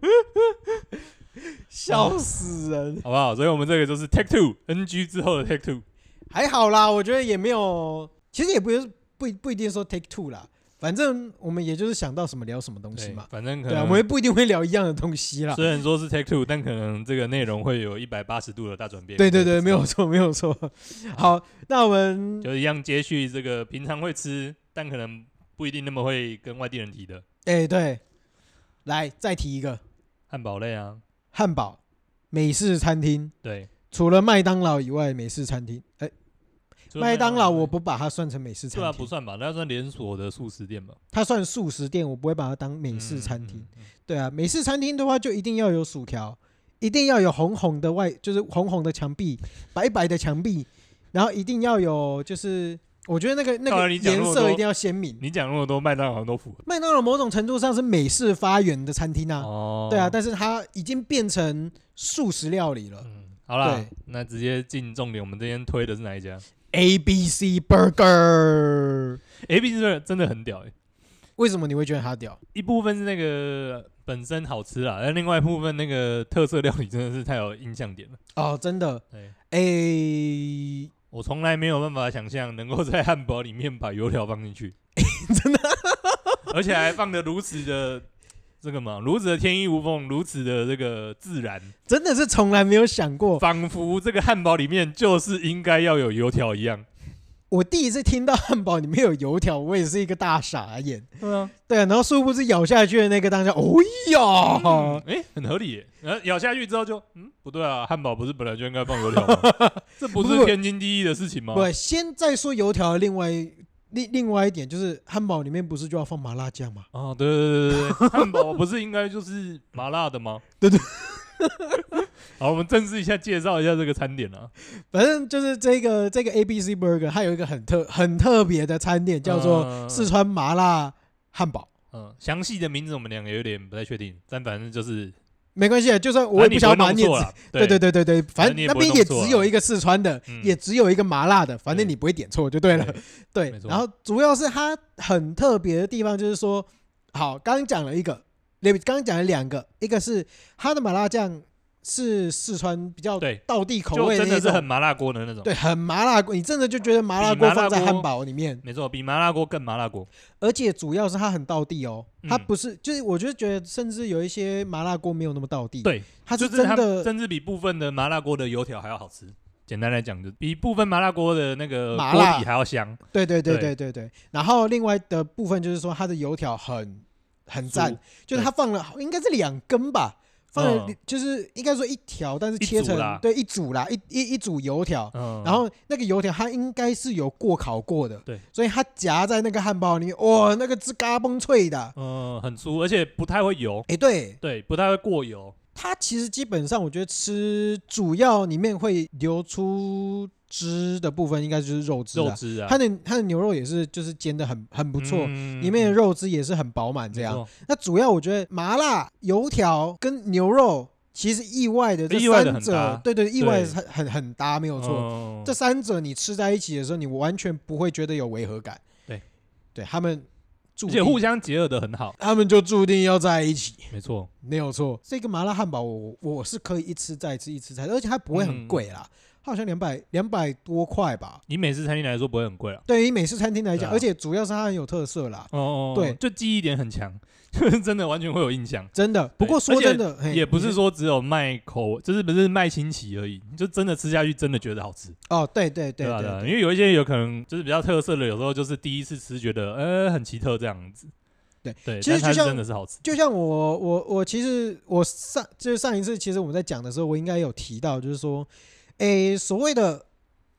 S1: 笑死人！
S2: 好不好？所以我们这个就是 Take Two NG 之后的 Take Two。
S1: 还好啦，我觉得也没有，其实也不是不不一定说 take two 啦，反正我们也就是想到什么聊什么东西
S2: 对嗯
S1: 嘛，。
S2: 反正可
S1: 对啊，
S2: 能
S1: 我们也不一定会聊一样的东西啦。
S2: 虽然说是 Take Two，但可能这个内容会有一百八十度的大转变。
S1: 对对
S2: 我
S1: 对，
S2: 也不
S1: 没
S2: 知道
S1: 有，错，没有错。 好，那我们
S2: 就一样接续这个平常会吃，但可能不一定那么会跟外地人提的
S1: 哎对，来再提一个
S2: 汉堡类啊，
S1: 汉堡美式餐厅，
S2: 对，
S1: 除了麦当劳以外，美式餐厅，哎，
S2: 除了
S1: 麦当劳
S2: 以外
S1: 我不把它算成美式
S2: 对啊
S1: 餐
S2: 不
S1: 厅，
S2: 算吧，那算连锁的素食店吧，
S1: 它算素食店，我不会把它当美式餐厅。
S2: 嗯，嗯嗯
S1: 对啊，美式餐厅的话就一定要有薯条，一定要有红红的外，就是红红的墙壁，白白的墙壁，然后一定要有就是，我觉得那个那
S2: 当
S1: 个
S2: 然你讲
S1: 颜
S2: 那么
S1: 色
S2: 多
S1: 一定要鲜明。
S2: 你讲那么多麦当劳都符合
S1: 麦当劳某种程度上是美式发源的餐厅啊，
S2: 哦
S1: 对啊，但是它已经变成素食料理了。
S2: 嗯，好啦
S1: 对，
S2: 那直接进重点，我们今天推的是哪一家
S1: A B C Burger，
S2: ？A B C 真的很屌欸
S1: 为什么你会觉得它屌？
S2: 一部分是那个本身好吃啦，但另外一部分那个特色料理真的是太有印象点了。
S1: 哦，真的，
S2: 对
S1: 哎、
S2: 我从来没有办法想象能够在汉堡里面把油条放进去，真的，而且还放的如此的这个嘛，如此的天衣无缝，如此的这个自然，
S1: 真的是从来没有想过。
S2: 仿佛这个汉堡里面就是应该要有油条一样。
S1: 我第一次听到汉堡里面有油条，我也是一个大傻眼。
S2: 对啊，
S1: 对啊，然后殊不知咬下去的那个当下，哦
S2: 哦
S1: 呀，，
S2: 哎、很合理耶。然后咬下去之后就，嗯，不对啊，汉堡不是本来就应该放油条 吗？这不
S1: 不
S2: 是
S1: 不
S2: 天经地义的事情吗？
S1: 不，先再说油条的另外一另另外一点就是汉堡里面不是就要放麻辣酱吗？
S2: 哦，对对对对对，汉堡不是应该就是麻辣的吗？
S1: 对对。
S2: 好，我们正式一下介绍一下这个餐点啊，
S1: 反正就是这个这个 A B C Burger，它有一个很特很特别的餐点，叫做
S2: 嗯
S1: 四川麻辣汉堡。
S2: 嗯，详细的名字我们两个有点不太确定，但反正就是
S1: 没关系，就算我也不
S2: 反正
S1: 想
S2: 你不
S1: 把它
S2: 会弄
S1: 念
S2: 错
S1: 成。
S2: 啦，
S1: 对对
S2: 对
S1: 对对对，反
S2: 正你
S1: 正
S2: 也
S1: 那
S2: 不会
S1: 边也
S2: 弄错啊
S1: 只有一个四川的，
S2: 嗯
S1: 也只有一个麻辣的，反正
S2: 对
S1: 你不会点错就对了。对
S2: 没，错
S1: 然后主要是它很特别的地方就是说，好，刚刚讲了一个，刚刚讲了两个，一个是它的麻辣酱是四川比较
S2: 对
S1: 道地口
S2: 就
S1: 味的
S2: 真
S1: 那
S2: 的是很
S1: 种，
S2: 麻辣锅的那种，
S1: 对，很麻辣锅，你真的就觉得麻辣
S2: 比
S1: 锅
S2: 麻辣
S1: 放在汉
S2: 锅
S1: 堡里面，
S2: 没错，比麻辣锅更麻辣锅，
S1: 而且主要是它很道地哦，它
S2: 嗯
S1: 不是，就是我就觉得甚至有一些麻辣锅没有那么道地，，
S2: 对，
S1: 它
S2: 就是
S1: 真
S2: 它
S1: 的
S2: 甚至比部分的麻辣锅的油条还要好吃。简单来讲，就比部分麻辣锅的那个
S1: 麻
S2: 锅
S1: 辣
S2: 底还要香，
S1: 对对对对
S2: 对
S1: 对对。然后另外的部分就是说，它的油条很很赞
S2: 酥，
S1: 就是它放了应该是两根吧，放了、
S2: 嗯
S1: 就是应该说一条，但是
S2: 一
S1: 切
S2: 组
S1: 成
S2: 啦
S1: 对一组啦，一一一组油条。
S2: 嗯，
S1: 哦然后那个油条它应该是有过烤过的，
S2: 对，
S1: 所以它夹在那个汉堡里面，哇，那个汁嘎嘣脆的，
S2: 嗯很酥，而且不太会油，
S1: 哎，对，
S2: 对，不太会过油，
S1: 它其实基本上我觉得吃主要里面会流出汁的部分，应该就是肉汁
S2: 肉
S1: 啊，
S2: 汁啊，
S1: 它的它的牛肉也是就是煎的很很不错，
S2: 嗯
S1: 里面的肉汁也是很饱满，这，
S2: 没
S1: 样。
S2: 错
S1: 那主要我觉得麻辣、油条跟牛肉其实意外的这
S2: 意外地
S1: 三
S2: 很
S1: 者
S2: 搭，
S1: 对对，意外地
S2: 对
S1: 很很很搭，没有错。
S2: 嗯
S1: 这三者你吃在一起的时候，你完全不会觉得有违和感。
S2: 对，
S1: 对他们注
S2: 而且互
S1: 定，
S2: 相结合的很好，
S1: 他们就注定要在一起，
S2: 没错，
S1: 没有错。这个麻辣汉堡我我是可以一吃再吃一吃再吃，而且它不会很
S2: 嗯
S1: 贵啦，它好像两百两百多块吧。
S2: 以美式餐厅来说不会很贵啊。
S1: 对于美式餐厅来
S2: 对
S1: 讲，
S2: 啊
S1: 而且主要是它很有特色啦，
S2: 哦哦，哦
S1: 对
S2: 就记忆点很强，就是真的完全会有印象。
S1: 真的。不
S2: 对
S1: 过说
S2: 而且
S1: 真的，嘿
S2: 也不
S1: 你
S2: 是说只有卖口，就是不是卖新奇而已，就真的吃下去真的觉得好吃，
S1: 哦，对对对
S2: 吧？
S1: 对
S2: 对啊吧因为有一些有可能就是比较特色的，有时候就是第一次吃觉得呃很奇特这样子。
S1: 对
S2: 对，
S1: 其实
S2: 但它
S1: 就像
S2: 真的是好吃，
S1: 就像我我我其实我上就是上一次，其实我们在讲的时候，我应该有提到，就是说，诶，所谓的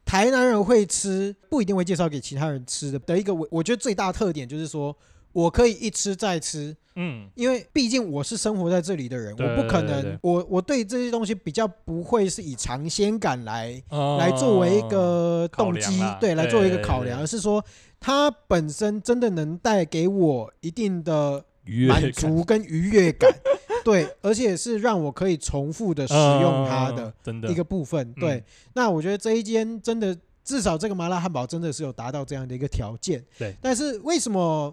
S1: 台南人会吃，不一定会介绍给其他人吃的的一个，我我觉得最大特点就是说。我可以一吃再吃，
S2: 嗯，
S1: 因为毕竟我是生活在这里的人，
S2: 对
S1: 我不可
S2: 对对
S1: 能
S2: 对，
S1: 我我对这些东西比较不会是以尝鲜感来来
S2: 来
S1: 作为一个
S2: 哦考
S1: 动
S2: 量
S1: 机
S2: 啦，
S1: 对，来
S2: 对
S1: 作为一
S2: 对
S1: 个考
S2: 对
S1: 量，而是说它本身真的能带给我一定的
S2: 愉悦
S1: 满
S2: 感
S1: 足跟愉悦感， 对，而且是让我可以重复的使用它
S2: 嗯嗯嗯
S1: 的
S2: 嗯真的
S1: 一个部分。对
S2: 嗯，
S1: 那我觉得这一间真的至少这个麻辣汉堡真的是有达到这样的一个条件。
S2: 对，
S1: 但是为什么？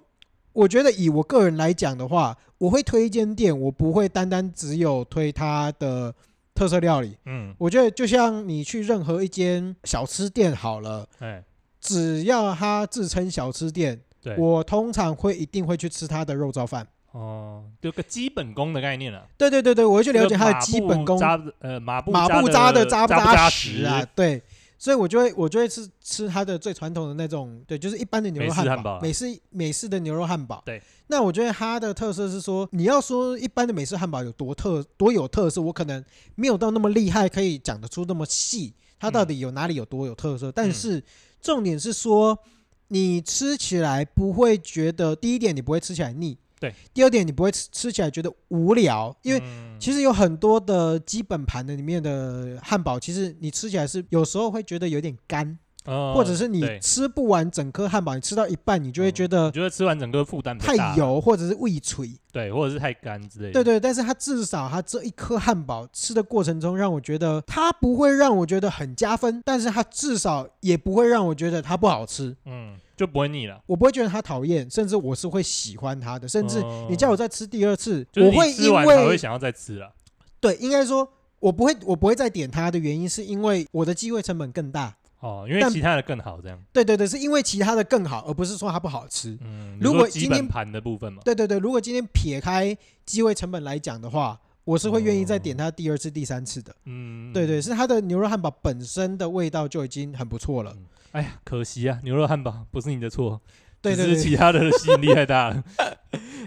S1: 我觉得以我个人来讲的话，我会推一间店，我不会单单只有推它的特色料理。
S2: 嗯，
S1: 我觉得就像你去任何一间小吃店好了，
S2: 哎，
S1: 只要它自称小吃店，
S2: 对，
S1: 我通常会一定会去吃它的肉燥饭。
S2: 哦，有个基本功的概念了、啊，
S1: 对对对对，我会去了解它
S2: 他
S1: 的基本功，
S2: 扎的呃马步
S1: 马步
S2: 扎
S1: 的
S2: 扎
S1: 扎不
S2: 不扎
S1: 实啊？？对，所以我就会我就会吃吃它的最传统的那种，对，就是一般的牛肉
S2: 美式汉堡
S1: 堡，
S2: 啊
S1: 美式美式的牛肉汉堡。
S2: 对，
S1: 那我觉得它的特色是说，你要说一般的美式汉堡有多特多有特色，我可能没有到那么厉害，可以讲得出那么细，它到底有哪里有多有特
S2: 嗯
S1: 色。但是重点是说，你吃起来不会觉得，第一点你不会吃起来腻，
S2: 对，
S1: 第二点你不会吃吃起来觉得无聊，因为
S2: 嗯
S1: 其实有很多的基本盘的里面的汉堡，其实你吃起来是有时候会觉得有点干，
S2: 呃
S1: 或者是你
S2: 对
S1: 吃不完整颗汉堡，你吃到一半你就会觉
S2: 你
S1: 得
S2: 觉得吃完整个负担比较大
S1: 太，油或者是胃垂。
S2: 对，或者是太干之类的，
S1: 对对，但是它至少它这一颗汉堡吃的过程中，让我觉得它不会让我觉得很加分，但是它至少也不会让我觉得它不好吃。
S2: 嗯，就不会腻了。
S1: 我不会觉得它讨厌，甚至我是会喜欢它的。甚至
S2: 哦
S1: 你叫我再吃第二次，
S2: 就是
S1: 我会
S2: 你吃
S1: 因
S2: 完才
S1: 为
S2: 会想要再吃啊了。
S1: 对，应该说，我不会，我不会再点它的原因，是因为我的机会成本更大。
S2: 哦，因为
S1: 但
S2: 其他的更好这样。
S1: 对对对，是因为其他的更好，而不是说它不好吃。
S2: 嗯，
S1: 如
S2: 你
S1: 果
S2: 说
S1: 今
S2: 基
S1: 天
S2: 本盘的部分嘛，
S1: 对对对，如果今天撇开机会成本来讲的话，我是会愿意再点它第二次、第三次的。
S2: 嗯，
S1: 对对，是它的牛肉汉堡本身的味道就已经很不错了。
S2: 哎呀，可惜啊，牛肉汉堡不是你的错，
S1: 对对
S2: 只是
S1: 对
S2: 其他的吸引力太大 了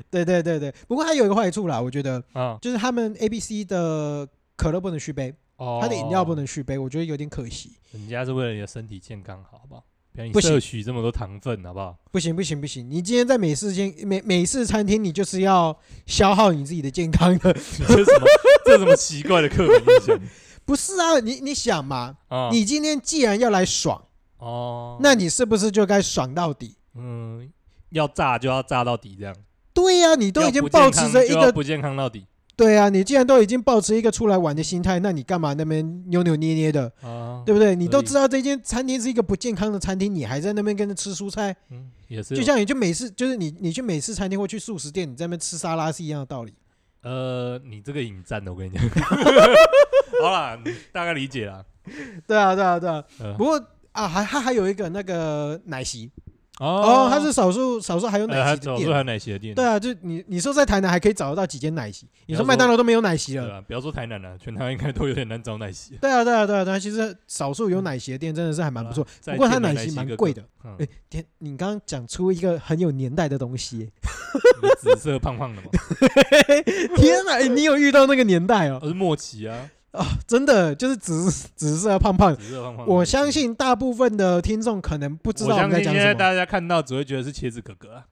S1: 对对对对，不过它有一个坏处啦，我觉得
S2: 啊。
S1: 就是他们 A、B、C 的可乐不能续杯，
S2: 哦，
S1: 它的饮料不，能续杯，我觉得有点可惜。
S2: 人家是为了你的身体健康好，好不好？不要你
S1: 不行
S2: 摄取这么多糖分，好不好？
S1: 不行不行不行！你今天在美式间美美式餐厅，你就是要消耗你自己的健康的。
S2: 你这是什么？这是什么奇怪的刻板印象
S1: 不是啊，你你想嘛，
S2: 啊？
S1: 你今天既然要来爽，
S2: 哦，
S1: 那你是不是就该爽到底？
S2: 嗯，要炸就要炸到底，这样
S1: 对呀、你都已经保持着一
S2: 要不健康就要
S1: 个
S2: 不健康到底
S1: 对啊，你既然都已经保持一个出来玩的心态，那你干嘛那边扭扭捏捏的，
S2: 啊。
S1: 对不对？你都
S2: 所以
S1: 知道这间餐厅是一个不健康的餐厅，你还在那边跟着吃蔬菜，
S2: 嗯，也是有，
S1: 就像你去美式，就是你你去美式餐厅或去素食店，你在那边吃沙拉是一样的道理。
S2: 呃，你这个引战的，我跟你讲。 好啦，你大概理解啦。
S1: 对啊，对啊，对啊。
S2: 呃
S1: 不过啊，还它还有一个那个奶昔。
S2: 哦
S1: 哦，它是少数少数还有奶
S2: 呃，
S1: 昔
S2: 早
S1: 的
S2: 是
S1: 店。
S2: 还有奶昔的店，
S1: 对啊，就你你说在台南还可以找得到几间奶昔，你
S2: 要
S1: 说
S2: 说
S1: 麦当劳都没有奶昔
S2: 对
S1: 了。
S2: 啊，不要说台南了，全台湾应该都有点难找奶 昔。
S1: 对啊，对啊，对啊，对啊，其实少数有奶昔的店真的是还蛮不错
S2: 好啦，嗯再
S1: 不过它
S2: 见了
S1: 奶
S2: 奶
S1: 昔
S2: 昔
S1: 蛮
S2: 哥哥
S1: 贵的。
S2: 嗯，
S1: 哎，天，你刚刚讲出一个很有年代的东西，
S2: 你的紫色胖胖的嘛，
S1: 天哪，哎你有遇到那个年代 哦？
S2: 我是莫奇啊，
S1: 啊，真的就是紫紫色胖胖，
S2: 紫色胖胖的莫奇。
S1: 我相信大部分的听众可能不知
S2: 我
S1: 道我们
S2: 相
S1: 在
S2: 信
S1: 讲
S2: 现
S1: 什
S2: 在
S1: 么，
S2: 大家看到只会觉得是茄子哥哥啊，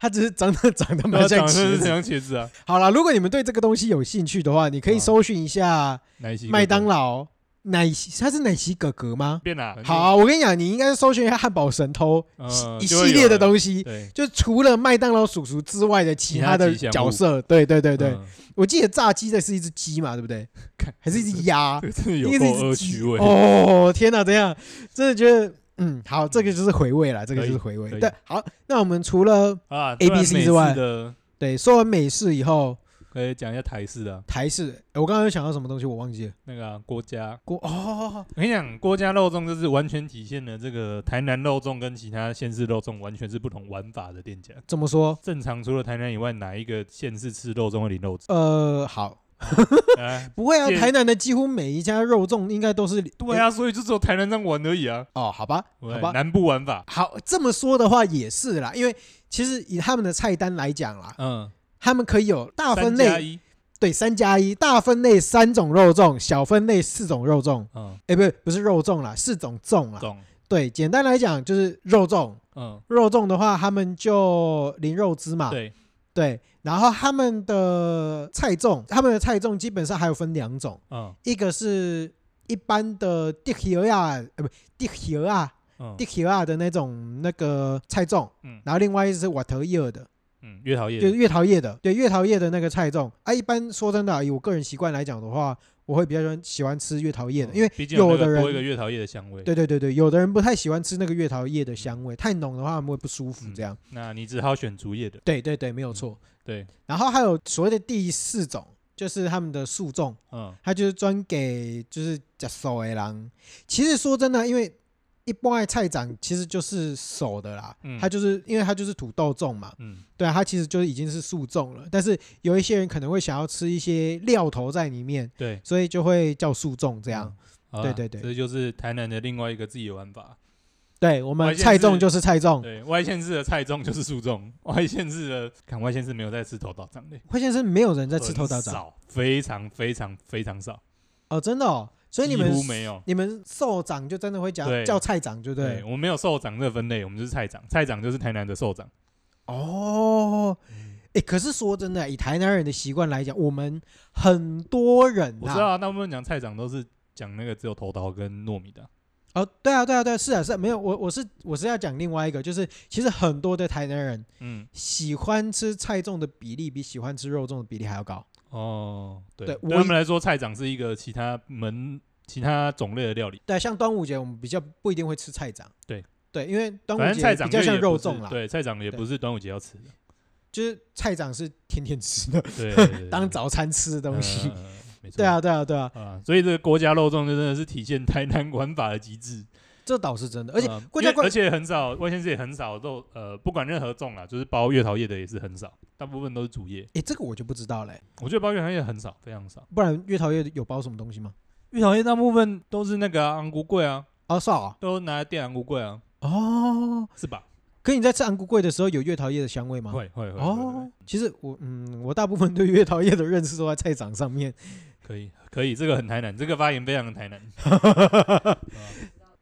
S1: 他只是长得长得
S2: 对啊
S1: 蛮 像
S2: 长得
S1: 茄
S2: 是
S1: 子。
S2: 像茄子啊，
S1: 好啦，如果你们对这个东西有兴趣的话，你可以
S2: 啊
S1: 搜寻一下。
S2: 奶昔哥哥
S1: 麦当劳奶昔，它是奶昔哥哥吗？
S2: 变啦，
S1: 好，啊我跟你讲，你应该搜寻一下汉堡神偷
S2: 嗯
S1: 一
S2: 就会
S1: 系列的
S2: 有了
S1: 东西，
S2: 对
S1: 就除了麦当劳叔叔之外的其他的
S2: 其他吉祥物
S1: 角色。对对对对，
S2: 嗯
S1: 我记得炸鸡的是一只鸡嘛，对不对
S2: 看？
S1: 还是一只 鸭？
S2: 这个真的
S1: 应
S2: 有
S1: 该
S2: 够
S1: 是一
S2: 恶
S1: 只鸡
S2: 趣味。
S1: 哦，天哪，怎样？真的觉得。嗯，好，这个就是回味了，这个
S2: 可以
S1: 就是回味
S2: 可。以
S1: 对，好，那我们除了
S2: 啊
S1: A B C 之外
S2: 突然美式的
S1: 对说完美式以后，
S2: 可以讲一下台式的啊
S1: 台式，诶我刚刚有想到什么东西，我忘记了。
S2: 那个啊郭家。
S1: 锅哦，
S2: 我跟你讲，郭家肉粽就是完全体现了这个台南肉粽跟其他县市肉粽完全是不同玩法的店家。
S1: 怎么说？
S2: 正常除了台南以外，哪一个县市吃肉粽会领 肉粽？
S1: 呃，好，
S2: 哎，
S1: 不会啊，
S2: 见
S1: 台南的几乎每一家肉粽应该都是
S2: 对啊，所以就只有台南这样玩而已啊。
S1: 哦，好吧，好
S2: 对
S1: 吧，
S2: 南部玩法，
S1: 好，这么说的话也是啦，因为其实以他们的菜单来讲啦，
S2: 嗯，
S1: 他们可以有大分
S2: 三加
S1: 类，
S2: 一，
S1: 对，三加一，大分类三种肉粽，小分类四种肉粽，
S2: 嗯，
S1: 哎，不是不是肉粽啦，四种粽啦，
S2: 懂，
S1: 对，简单来讲就是肉粽，
S2: 嗯，
S1: 肉粽的话，他们就淋肉汁嘛，
S2: 对，
S1: 对，然后他们的菜粽，他们的菜粽基本上还有分两种。
S2: 嗯
S1: 一个是一般的地球啊，呃，不地球啊，
S2: 嗯
S1: 地球啊的那种那个菜粽，
S2: 嗯
S1: 然后另外一个是瓦特叶的，
S2: 嗯，越讨厌
S1: 就是月桃叶的，对，月桃叶的那个菜粽啊。一般说真的啊，以我个人习惯来讲的话，我会比较喜欢喜欢吃月桃叶的，因为
S2: 嗯毕竟
S1: 有
S2: 那个
S1: 的
S2: 多一个
S1: 人。
S2: 越讨厌的香味。
S1: 对对对对，有的人不太喜欢吃那个月桃叶的香味，太浓的话他们会不舒服。
S2: 嗯
S1: 这样，
S2: 那你只好选竹叶的，
S1: 对对对，没有错。
S2: 对，
S1: 然后还有所谓的第四种，就是他们的素粽，
S2: 嗯
S1: 他就是专给就是假手的人。其实说真的，因为一般的菜长其实就是熟的啦，
S2: 嗯
S1: 它就是因为它就是土豆种嘛，
S2: 嗯，
S1: 对啊，它其实就已经是素粽了。但是有一些人可能会想要吃一些料头在里面，
S2: 对，嗯
S1: 所以就会叫素粽这样。
S2: 好啦
S1: 对对对
S2: 这就是台南的另外一个自己的玩法。
S1: 对我
S2: 我还
S1: 们
S2: 记得
S1: 菜
S2: 是
S1: 粽就是菜粽，
S2: 对外县市的菜粽就是素粽，外县市的看外县市没有在吃头道长的，
S1: 会先生没有人在吃头道
S2: 很
S1: 长
S2: 少，非常非常非常少，
S1: 哦，真的哦。所以你
S2: 几
S1: 们
S2: 乎没有。
S1: 你们寿长就真的会讲
S2: 对
S1: 叫菜长，对不
S2: 对，
S1: 对？
S2: 我们没有寿长这个分类，我们就是菜长，菜长就是台南的寿长。
S1: 哦，哎，可是说真的，以台南人的习惯来讲，我们很多人
S2: 我知道
S1: 啊，
S2: 啊，大部分讲菜长都是讲那个只有头刀跟糯米的啊。
S1: 哦，对啊，对啊，对啊，是啊，是啊，没有，我我是我是要讲另外一个，就是其实很多的台南人
S2: 嗯，
S1: 喜欢吃菜粽的比例比喜欢吃肉粽的比例还要高。
S2: 哦，对，
S1: 对
S2: 对
S1: 我
S2: 他们来说，菜长是一个其他门其他种类的料理，
S1: 对啊，像端午节我们比较不一定会吃菜长，
S2: 对
S1: 对，因为端
S2: 反
S1: 午
S2: 正菜
S1: 节
S2: 长
S1: 比
S2: 就
S1: 较
S2: 也
S1: 像肉
S2: 不是
S1: 粽啦，
S2: 对，菜长也
S1: 对
S2: 不是端午节要吃的，
S1: 就是菜长是天天吃的，
S2: 对对，对
S1: 当早餐吃的东 西。，
S2: 嗯嗯嗯没错，
S1: 对啊，对啊，对啊，
S2: 啊，所以这个国家肉粽就真的是体现台南玩法的极致，
S1: 这倒是真的，而且
S2: 嗯
S1: 国
S2: 因
S1: 家
S2: 为而且很少，外县市也很少肉，呃，不管任何粽啦，就是包月桃叶的也是很少，大部分都是竹叶，
S1: 诶，这个我就不知道嘞、
S2: 我觉得包月桃叶很少，非常少，
S1: 不然月桃叶有包什么东西吗？
S2: 月桃叶大部分都是那个啊昂菇桂啊，
S1: 哦，少啊。
S2: 都拿来垫昂菇桂啊，
S1: 哦，
S2: 是吧？
S1: 可你在吃昂菇桂的时候有月桃叶的香味吗？
S2: 会会会，会
S1: 哦，其实我嗯，我大部分对月桃叶的认识都在菜场上面。
S2: 可以，可以，这个很台南，这个发言非常的台南。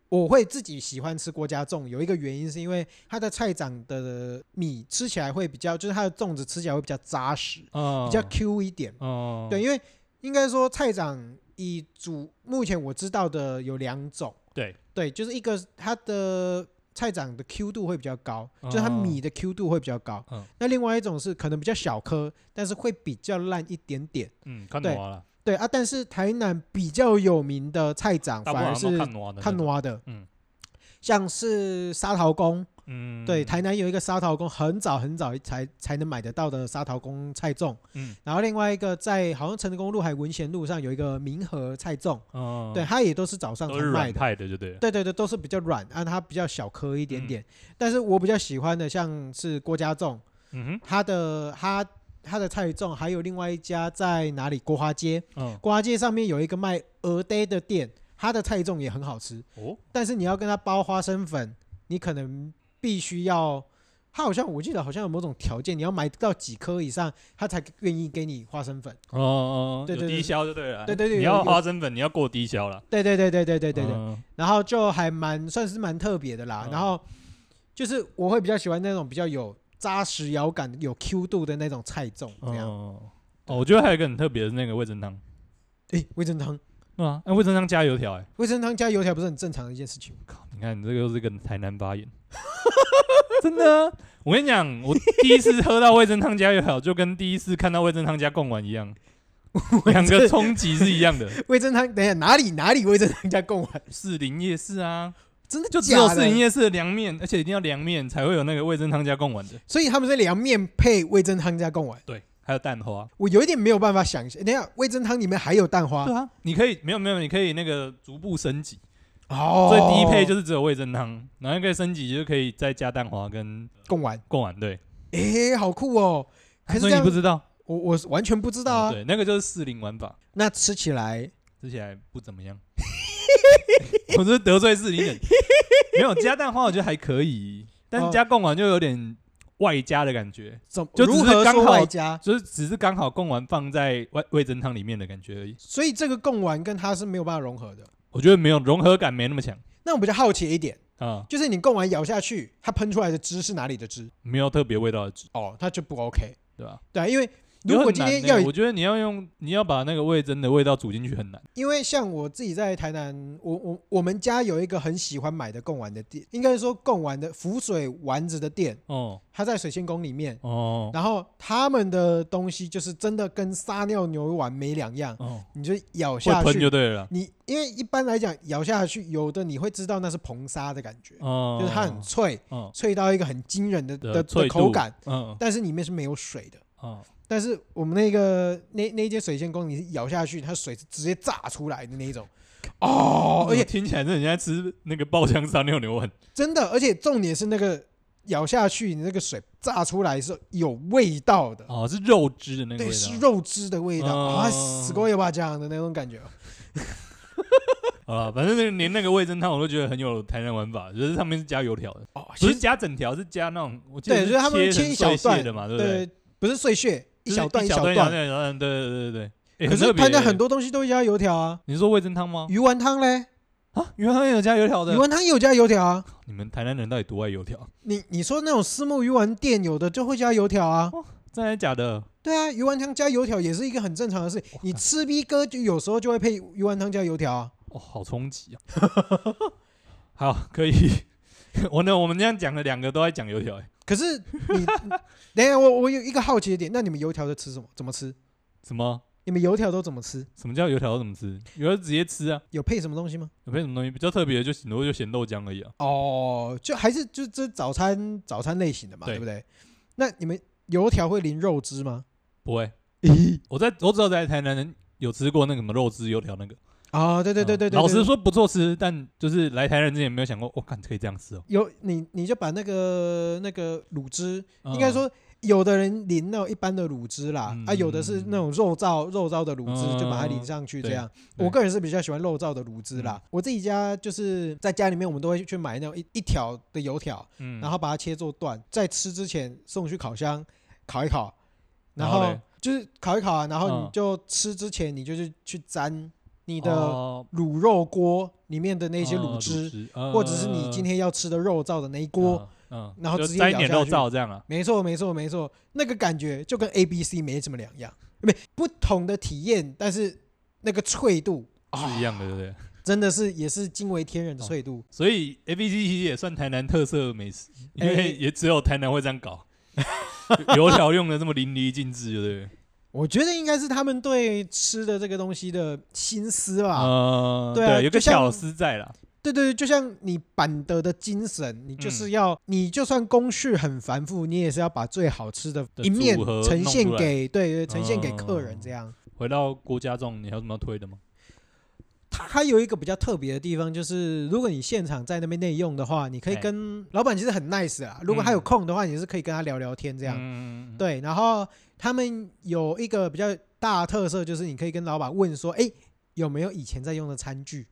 S1: 我会自己喜欢吃郭家粽，有一个原因是因为它的菜长的米吃起来会比较，就是它的粽子吃起来会比较扎实，
S2: 哦
S1: 比较 Q 一点。
S2: 哦，
S1: 对，因为应该说菜长以主目前我知道的有两种，
S2: 对
S1: 对，就是一个是它的菜长的 Q 度会比较高，就是它
S2: 哦
S1: 米的 Q 度会比较高。
S2: 嗯
S1: 那另外一种是可能比较小颗，但是会比较烂一点点。
S2: 嗯，看
S1: 对
S2: 挪了，
S1: 对啊，但是台南比较有名的菜长
S2: 大部
S1: 反而
S2: 分
S1: 是
S2: 都看挪的，
S1: 看，挪的，
S2: 嗯
S1: 像是沙桃公，
S2: 嗯，
S1: 对，台南有一个沙桃公，很早很早才才能买得到的沙桃公菜粽。
S2: 嗯，
S1: 然后另外一个在好像承德公路还文贤路上有一个民和菜粽，
S2: 哦，
S1: 对，，它也都是早上
S2: 都
S1: 才
S2: 是
S1: 卖
S2: 软
S1: 的。
S2: 派的，就对了，
S1: 对对对，都是比较软，啊，它比较小颗一点点。但是我比较喜欢的像是郭家粽，
S2: 嗯
S1: 它的它它的菜粽，还有另外一家在哪里？国华街，
S2: 哼，嗯，
S1: 国华街上面有一个卖鹅呆的店，它的菜粽也很好吃，
S2: 哦，
S1: 但是你要跟它包花生粉，你可能必须要。它好像我记得好像有某种条件，你要买到几颗以上，它才愿意给你花生粉。
S2: 哦哦，
S1: 对对
S2: 有
S1: 对
S2: 低消就对了，
S1: 对对对
S2: 你
S1: 有
S2: 要
S1: 有
S2: 花生粉，你要过低消了，
S1: 对对对对对对对对。
S2: 嗯，
S1: 然后就还蛮算是蛮特别的啦。
S2: 嗯
S1: 然后就是我会比较喜欢那种比较有扎实咬感、有 Q 度的那种菜粽，这样。
S2: 哦，哦，我觉得还有一个很特别的是那个味噌汤，
S1: 诶，味噌汤，
S2: 对啊，那味噌汤加油条，哎，
S1: 味噌汤加油条不是很正常的一件事情吗？
S2: 靠，你看你这个又是一个台南 发言。真的啊，我跟你讲，我第一次喝到味噌汤加油条，就跟第一次看到味噌汤加贡丸 一样，两个冲击是一样的。
S1: 味噌汤，等一下哪里哪里味噌汤加贡丸？
S2: 士林夜市啊，
S1: 真的
S2: 就只
S1: 假
S2: 有
S1: 的
S2: 士林夜市的凉面，而且一定要凉面才会有那个味噌汤加贡丸的。
S1: 所以他们是凉面配味噌汤加贡丸。
S2: 对，还有蛋花。
S1: 我有一点没有办法想象，等一下味噌汤里面还有蛋花
S2: 对啊，你可以没有没有，你可以那个逐步升级，
S1: 哦，
S2: 啊所以第一配就是是只有味噌汤，然后可以升级就可以再加蛋花跟
S1: 贡丸。
S2: 贡丸。对，
S1: 诶，好酷哦！可是
S2: 所
S1: 这
S2: 以
S1: 样
S2: 你不，知道，
S1: 我我是完全不知道啊。
S2: 嗯对，那个就是士林玩法。
S1: 那吃起来
S2: 吃起来不怎么样。 我是得罪士林人，没有加蛋花，我觉得还可以，但
S1: 哦
S2: 加贡丸就有点外加的感觉，
S1: 怎
S2: 就只
S1: 如
S2: 是
S1: 何
S2: 刚
S1: 说
S2: 好
S1: 外加？
S2: 就是只是刚好贡丸放在味味噌汤里面的感觉而已。
S1: 所以这个贡丸跟它是没有办法融合的。
S2: 我觉得没有融合感没那么强
S1: 那我比较好奇一点，
S2: 啊，
S1: 就是你贡丸咬下去，它喷出来的汁是哪里的汁？
S2: 没有特别味道的汁，
S1: 哦，它就不 OK，
S2: 对吧？
S1: 对啊，因为如
S2: 有
S1: 果
S2: 很
S1: 今天
S2: 难
S1: 要
S2: 欸
S1: 以，
S2: 我觉得你要用你要把那个味噌的味道煮进去很难。
S1: 因为像我自己在台南，我我我们家有一个很喜欢买的贡丸的店，应该说贡丸的浮水丸子的店，
S2: 哦
S1: 它在水仙宫里面，
S2: 哦
S1: 然后他们的东西就是真的跟撒尿牛丸没两样，
S2: 哦，
S1: 你就咬
S2: 会
S1: 下
S2: 喷就
S1: 去，
S2: 对了啦。
S1: 你因为一般来讲咬下去，有的你会知道那是硼砂的感觉，
S2: 哦，
S1: 就是它很脆。
S2: 哦
S1: 脆到一个很惊人的
S2: 的
S1: 的
S2: 脆
S1: 的
S2: 度
S1: 口感，
S2: 嗯
S1: 但是里面是没有水的。
S2: 哦
S1: 但是我们那个那那一间水仙宫，你是咬下去，它水是直接炸出来的那一种。哦，而且
S2: 听起来是人家吃那个爆香烧牛牛丸，
S1: 真的，而且重点是那个咬下去，你那个水炸出来是有味道的，
S2: 哦，是肉汁的那个
S1: 对，
S2: 味
S1: 是
S2: 道。
S1: 肉汁的味道、啊，
S2: 哦
S1: 死狗也把酱的那种感觉。
S2: 啊，反正那个连那个味噌汤我都觉得很有台南玩法，就是上面是加油条的，
S1: 哦，
S2: 不
S1: 其
S2: 是
S1: 实
S2: 加整条，是加那种我记得
S1: 对就是他们
S2: 切
S1: 切
S2: 成
S1: 一小
S2: 碎
S1: 段
S2: 屑的嘛，对不对？
S1: 对，呃不是碎屑，一
S2: 就是
S1: 小段
S2: 一
S1: 一
S2: 小
S1: 小
S2: 一
S1: 段。
S2: 小段，一小段对对对对。欸
S1: 可是
S2: 特别
S1: 台南很多东西都会加油条啊，
S2: 你说味噌汤吗？
S1: 鱼丸汤嘞，
S2: 啊，鱼丸汤也有加油条的
S1: 鱼。丸汤也有加油条啊。
S2: 你们台南人到底多爱油条？
S1: 你你说那种私募鱼丸店有的就会加油条啊，
S2: 真的假的？
S1: 对啊，鱼丸汤加油条也是一个很正常的事。你吃逼哥就有时候就会配鱼丸汤加油条啊。
S2: 哦，好 冲击啊！好，可以。 我呢，我们这样讲了两个都在讲油条、欸，
S1: 可是你，等一下我我有一个好奇的点，那你们油条都吃什么？怎么吃？
S2: 什么
S1: 你们油条都怎么吃？
S2: 什么叫油条？怎么吃？油条直接吃啊，
S1: 有配什么东西吗？
S2: 有没有什么东西比较特别的？就顶多就咸豆浆而已啊。
S1: 哦，就还是就这早餐早餐类型的嘛，
S2: 对
S1: 对不对？那你们油条会淋肉汁 吗？
S2: 不会，
S1: 咦，
S2: 我在我只有在台南人有吃过那个什么肉汁油条那个。
S1: 啊，对对对
S2: 嗯
S1: 对对，
S2: 老实
S1: 对
S2: 说不错吃，但就是来台南之前没有想过，我、哦、看可以这样吃哦。
S1: 有你你就把那个那个卤汁，
S2: 嗯
S1: 应该说有的人淋那种一般的卤汁啦，啊，
S2: 嗯
S1: 有的是那种肉燥肉燥的卤
S2: 嗯
S1: 汁，就把它淋上去这样。
S2: 对嗯
S1: 我个人是比较喜欢肉燥的卤汁啦，我自己家就是在家里面，我们都会去买那种一一条的油条，
S2: 嗯
S1: 然后把它切做段，在吃之前送去烤箱烤一烤，然
S2: 然后
S1: 后
S2: 嘞
S1: 就是烤一烤啊，然后
S2: 嗯
S1: 你就吃之前你就是去沾你的
S2: 哦
S1: 卤肉锅里面的那些
S2: 嗯
S1: 卤汁。
S2: 汁呃
S1: 或者是你今天要吃的肉燥的那一锅。，
S2: 嗯，嗯
S1: 然后
S2: 就
S1: 直接
S2: 沾一
S1: 咬
S2: 点
S1: 下
S2: 肉
S1: 去
S2: 燥这样啊。
S1: 没错，没错，没错，那个感觉就跟 A、B、C 没什么两样，没不同的体验，但是那个脆度
S2: 哦是一样嗯的，对
S1: 啊
S2: 不对？
S1: 真的是也是惊为天人的脆度。
S2: 所以 A B C 其实也算台南特色美食，因
S1: 哎
S2: 为也只有台南会这样搞， 油条用的这么淋漓尽致，对不对？
S1: 我觉得应该是他们对吃的这个东西的心思吧。
S2: 嗯，
S1: 对啊
S2: 有
S1: 就
S2: 个
S1: 像
S2: 巧思在啦。
S1: 对对对，就像你板德的精神，你
S2: 嗯
S1: 就是要，你就算工序很繁复，你也是要把最好吃的
S2: 的
S1: 一面
S2: 组合
S1: 呈现
S2: 弄出来
S1: 给对对呈现给客人
S2: 嗯
S1: 这样。
S2: 回到郭家粽，你还有什么要推的吗？
S1: 它还有一个比较特别的地方，就是如果你现场在那边内用的话，你可以
S2: 哎
S1: 跟老板其实很 nice 啊。如果
S2: 嗯
S1: 他有空的话，你是可以跟他聊聊天这
S2: 这
S1: 样。
S2: 嗯，
S1: 对，啊然后他们有一个比较大的特色，就是你可以跟老板问说，哎，有没有以前在用的餐具？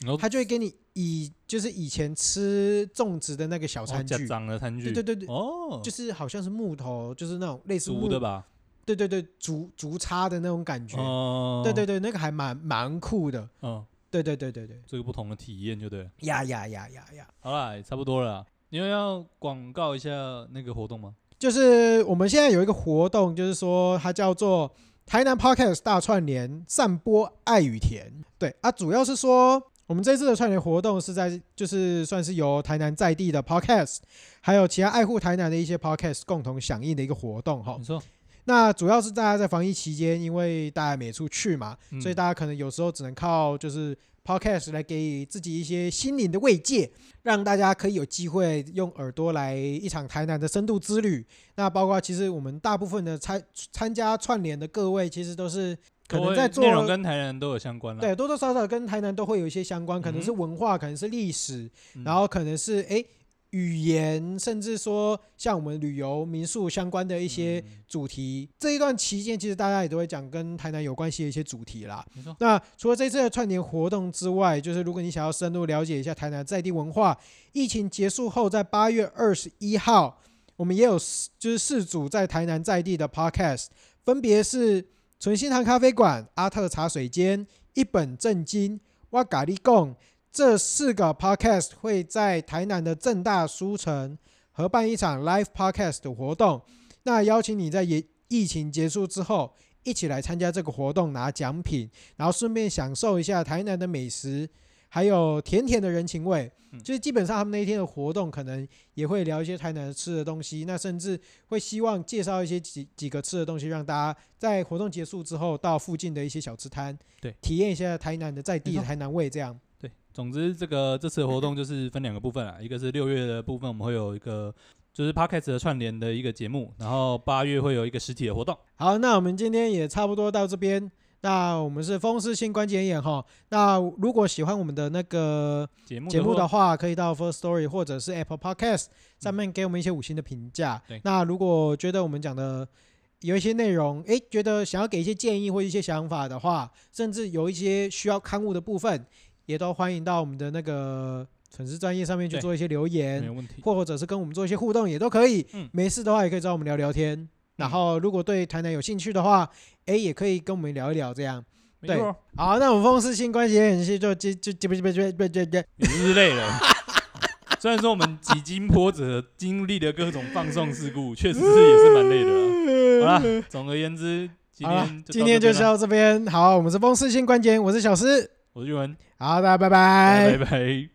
S2: 然后
S1: 他就会给你以就是以前吃粽子的那个小
S2: 哦
S1: 餐
S2: 加
S1: 具，
S2: 脏的餐具，
S1: 对对对对，
S2: 哦，
S1: 就是是好像是木头，就是那种类似
S2: 竹
S1: 木
S2: 的，吧？
S1: 对对对，竹竹叉的那种感觉。
S2: 哦，
S1: 对对，对，那个还蛮蛮酷的。
S2: 嗯，
S1: 对对对对对，
S2: 这个不同的体验就对了。
S1: 呀呀呀呀呀！
S2: 好啦，也差不多了啦。你又要广告一下那个活动吗？
S1: 就是我们现在有一个活动，就是说它叫做台南 Podcast 大串联，散播爱与甜。对啊，主要是说我们这次的串联活动是在，就是算是由台南在地的 Podcast，还有其他爱护台南的一些 Podcast 共同响应的一个活动哈
S2: 你。说，
S1: 那主要是大家在防疫期间，因为大家没处去嘛，
S2: 嗯
S1: 所以大家可能有时候只能靠就是 podcast 来给自己一些心灵的慰藉，让大家可以有机会用耳朵来一场台南的深度之旅。那包括其实我们大部分的参参加串联的各位，其实都是可
S2: 都
S1: 能
S2: 会
S1: 在做
S2: 内容跟台南都有相关了。
S1: 对多多少少跟台南都会有一些相关，可
S2: 嗯
S1: 能
S2: 哼
S1: 是文化，可能是历史，
S2: 嗯，
S1: 然后可能是诶语言，甚至说像我们旅游、民宿相关的一
S2: 一
S1: 些。
S2: 嗯
S1: 主题。这一段期间，其实大家也都会讲跟台南有关系的一些主题啦。
S2: 没错
S1: 那除了这次的串联活动之外，就是如果你想要深入了解一下台南在地文化，疫情结束后，在八月二十一号，我们也有四就是四组在台南在地的 podcast，分别是纯心堂咖啡馆、阿特茶水间、一本正经、哇咖喱贡。这四个 podcast 会在台南的正大书城合办一场 live podcast 的活动，那邀请你在疫疫情结束之后，一起来参加这个活动拿奖品，然后顺便享受一下台南的美食，还有甜甜的人情味
S2: 嗯。
S1: 就是基本上他们那一天的活动，可能也会聊一些台南吃的东西，那甚至会希望介绍一些几几个吃的东西，让大家在活动结束之后到附近的一些小吃摊，
S2: 对
S1: 体验一下台南的在地
S2: 没
S1: 的
S2: 错
S1: 台南味。这样，
S2: 对，总之这个这次的活动就是分两个部分啊，一个是六月的部分，我们会有一个就是 podcast 的串联的一个节目，然后八月会有一个实体的活动。
S1: 好，那我们今天也差不多到这边。那我们是风湿性关节炎哈。那如果喜欢我们的那个
S2: 节目
S1: 节目
S2: 的嗯
S1: 的
S2: 话
S1: 话，可以到 First Story 或者是 Apple Podcast 上面给我们一些五星的评价
S2: 对。
S1: 那如果觉得我们讲的有一些内容，诶，觉得想要给一些建议或一些想法的话，甚至有一些需要刊物的部分，也都欢迎到我们的那个粉丝专业上面去
S2: 对
S1: 做一些留
S2: 没
S1: 言，
S2: 有问题。
S1: 或者是跟我们做一些互动，也都可以。
S2: 嗯
S1: 没事的话，也可以找我们聊聊天。然后，如果对台南有兴趣的话，诶，也可以跟我们聊一聊这样。
S2: 没
S1: 对
S2: 错，啊
S1: 好，那我们风湿性关节炎系就就就就就就就就就
S2: 你是不是累了。 虽然说我们几经波折，经历了各种放送事故，确实是也是蛮累的啊。 好啦，总而言之，今
S1: 好了
S2: 天，
S1: 今天
S2: 就到这边
S1: 就是
S2: 啦
S1: 到这边。好，我们是风湿性关节炎，我是小诗。
S2: 我是玉文，
S1: 好，大家拜
S2: 拜
S1: 拜。
S2: 拜。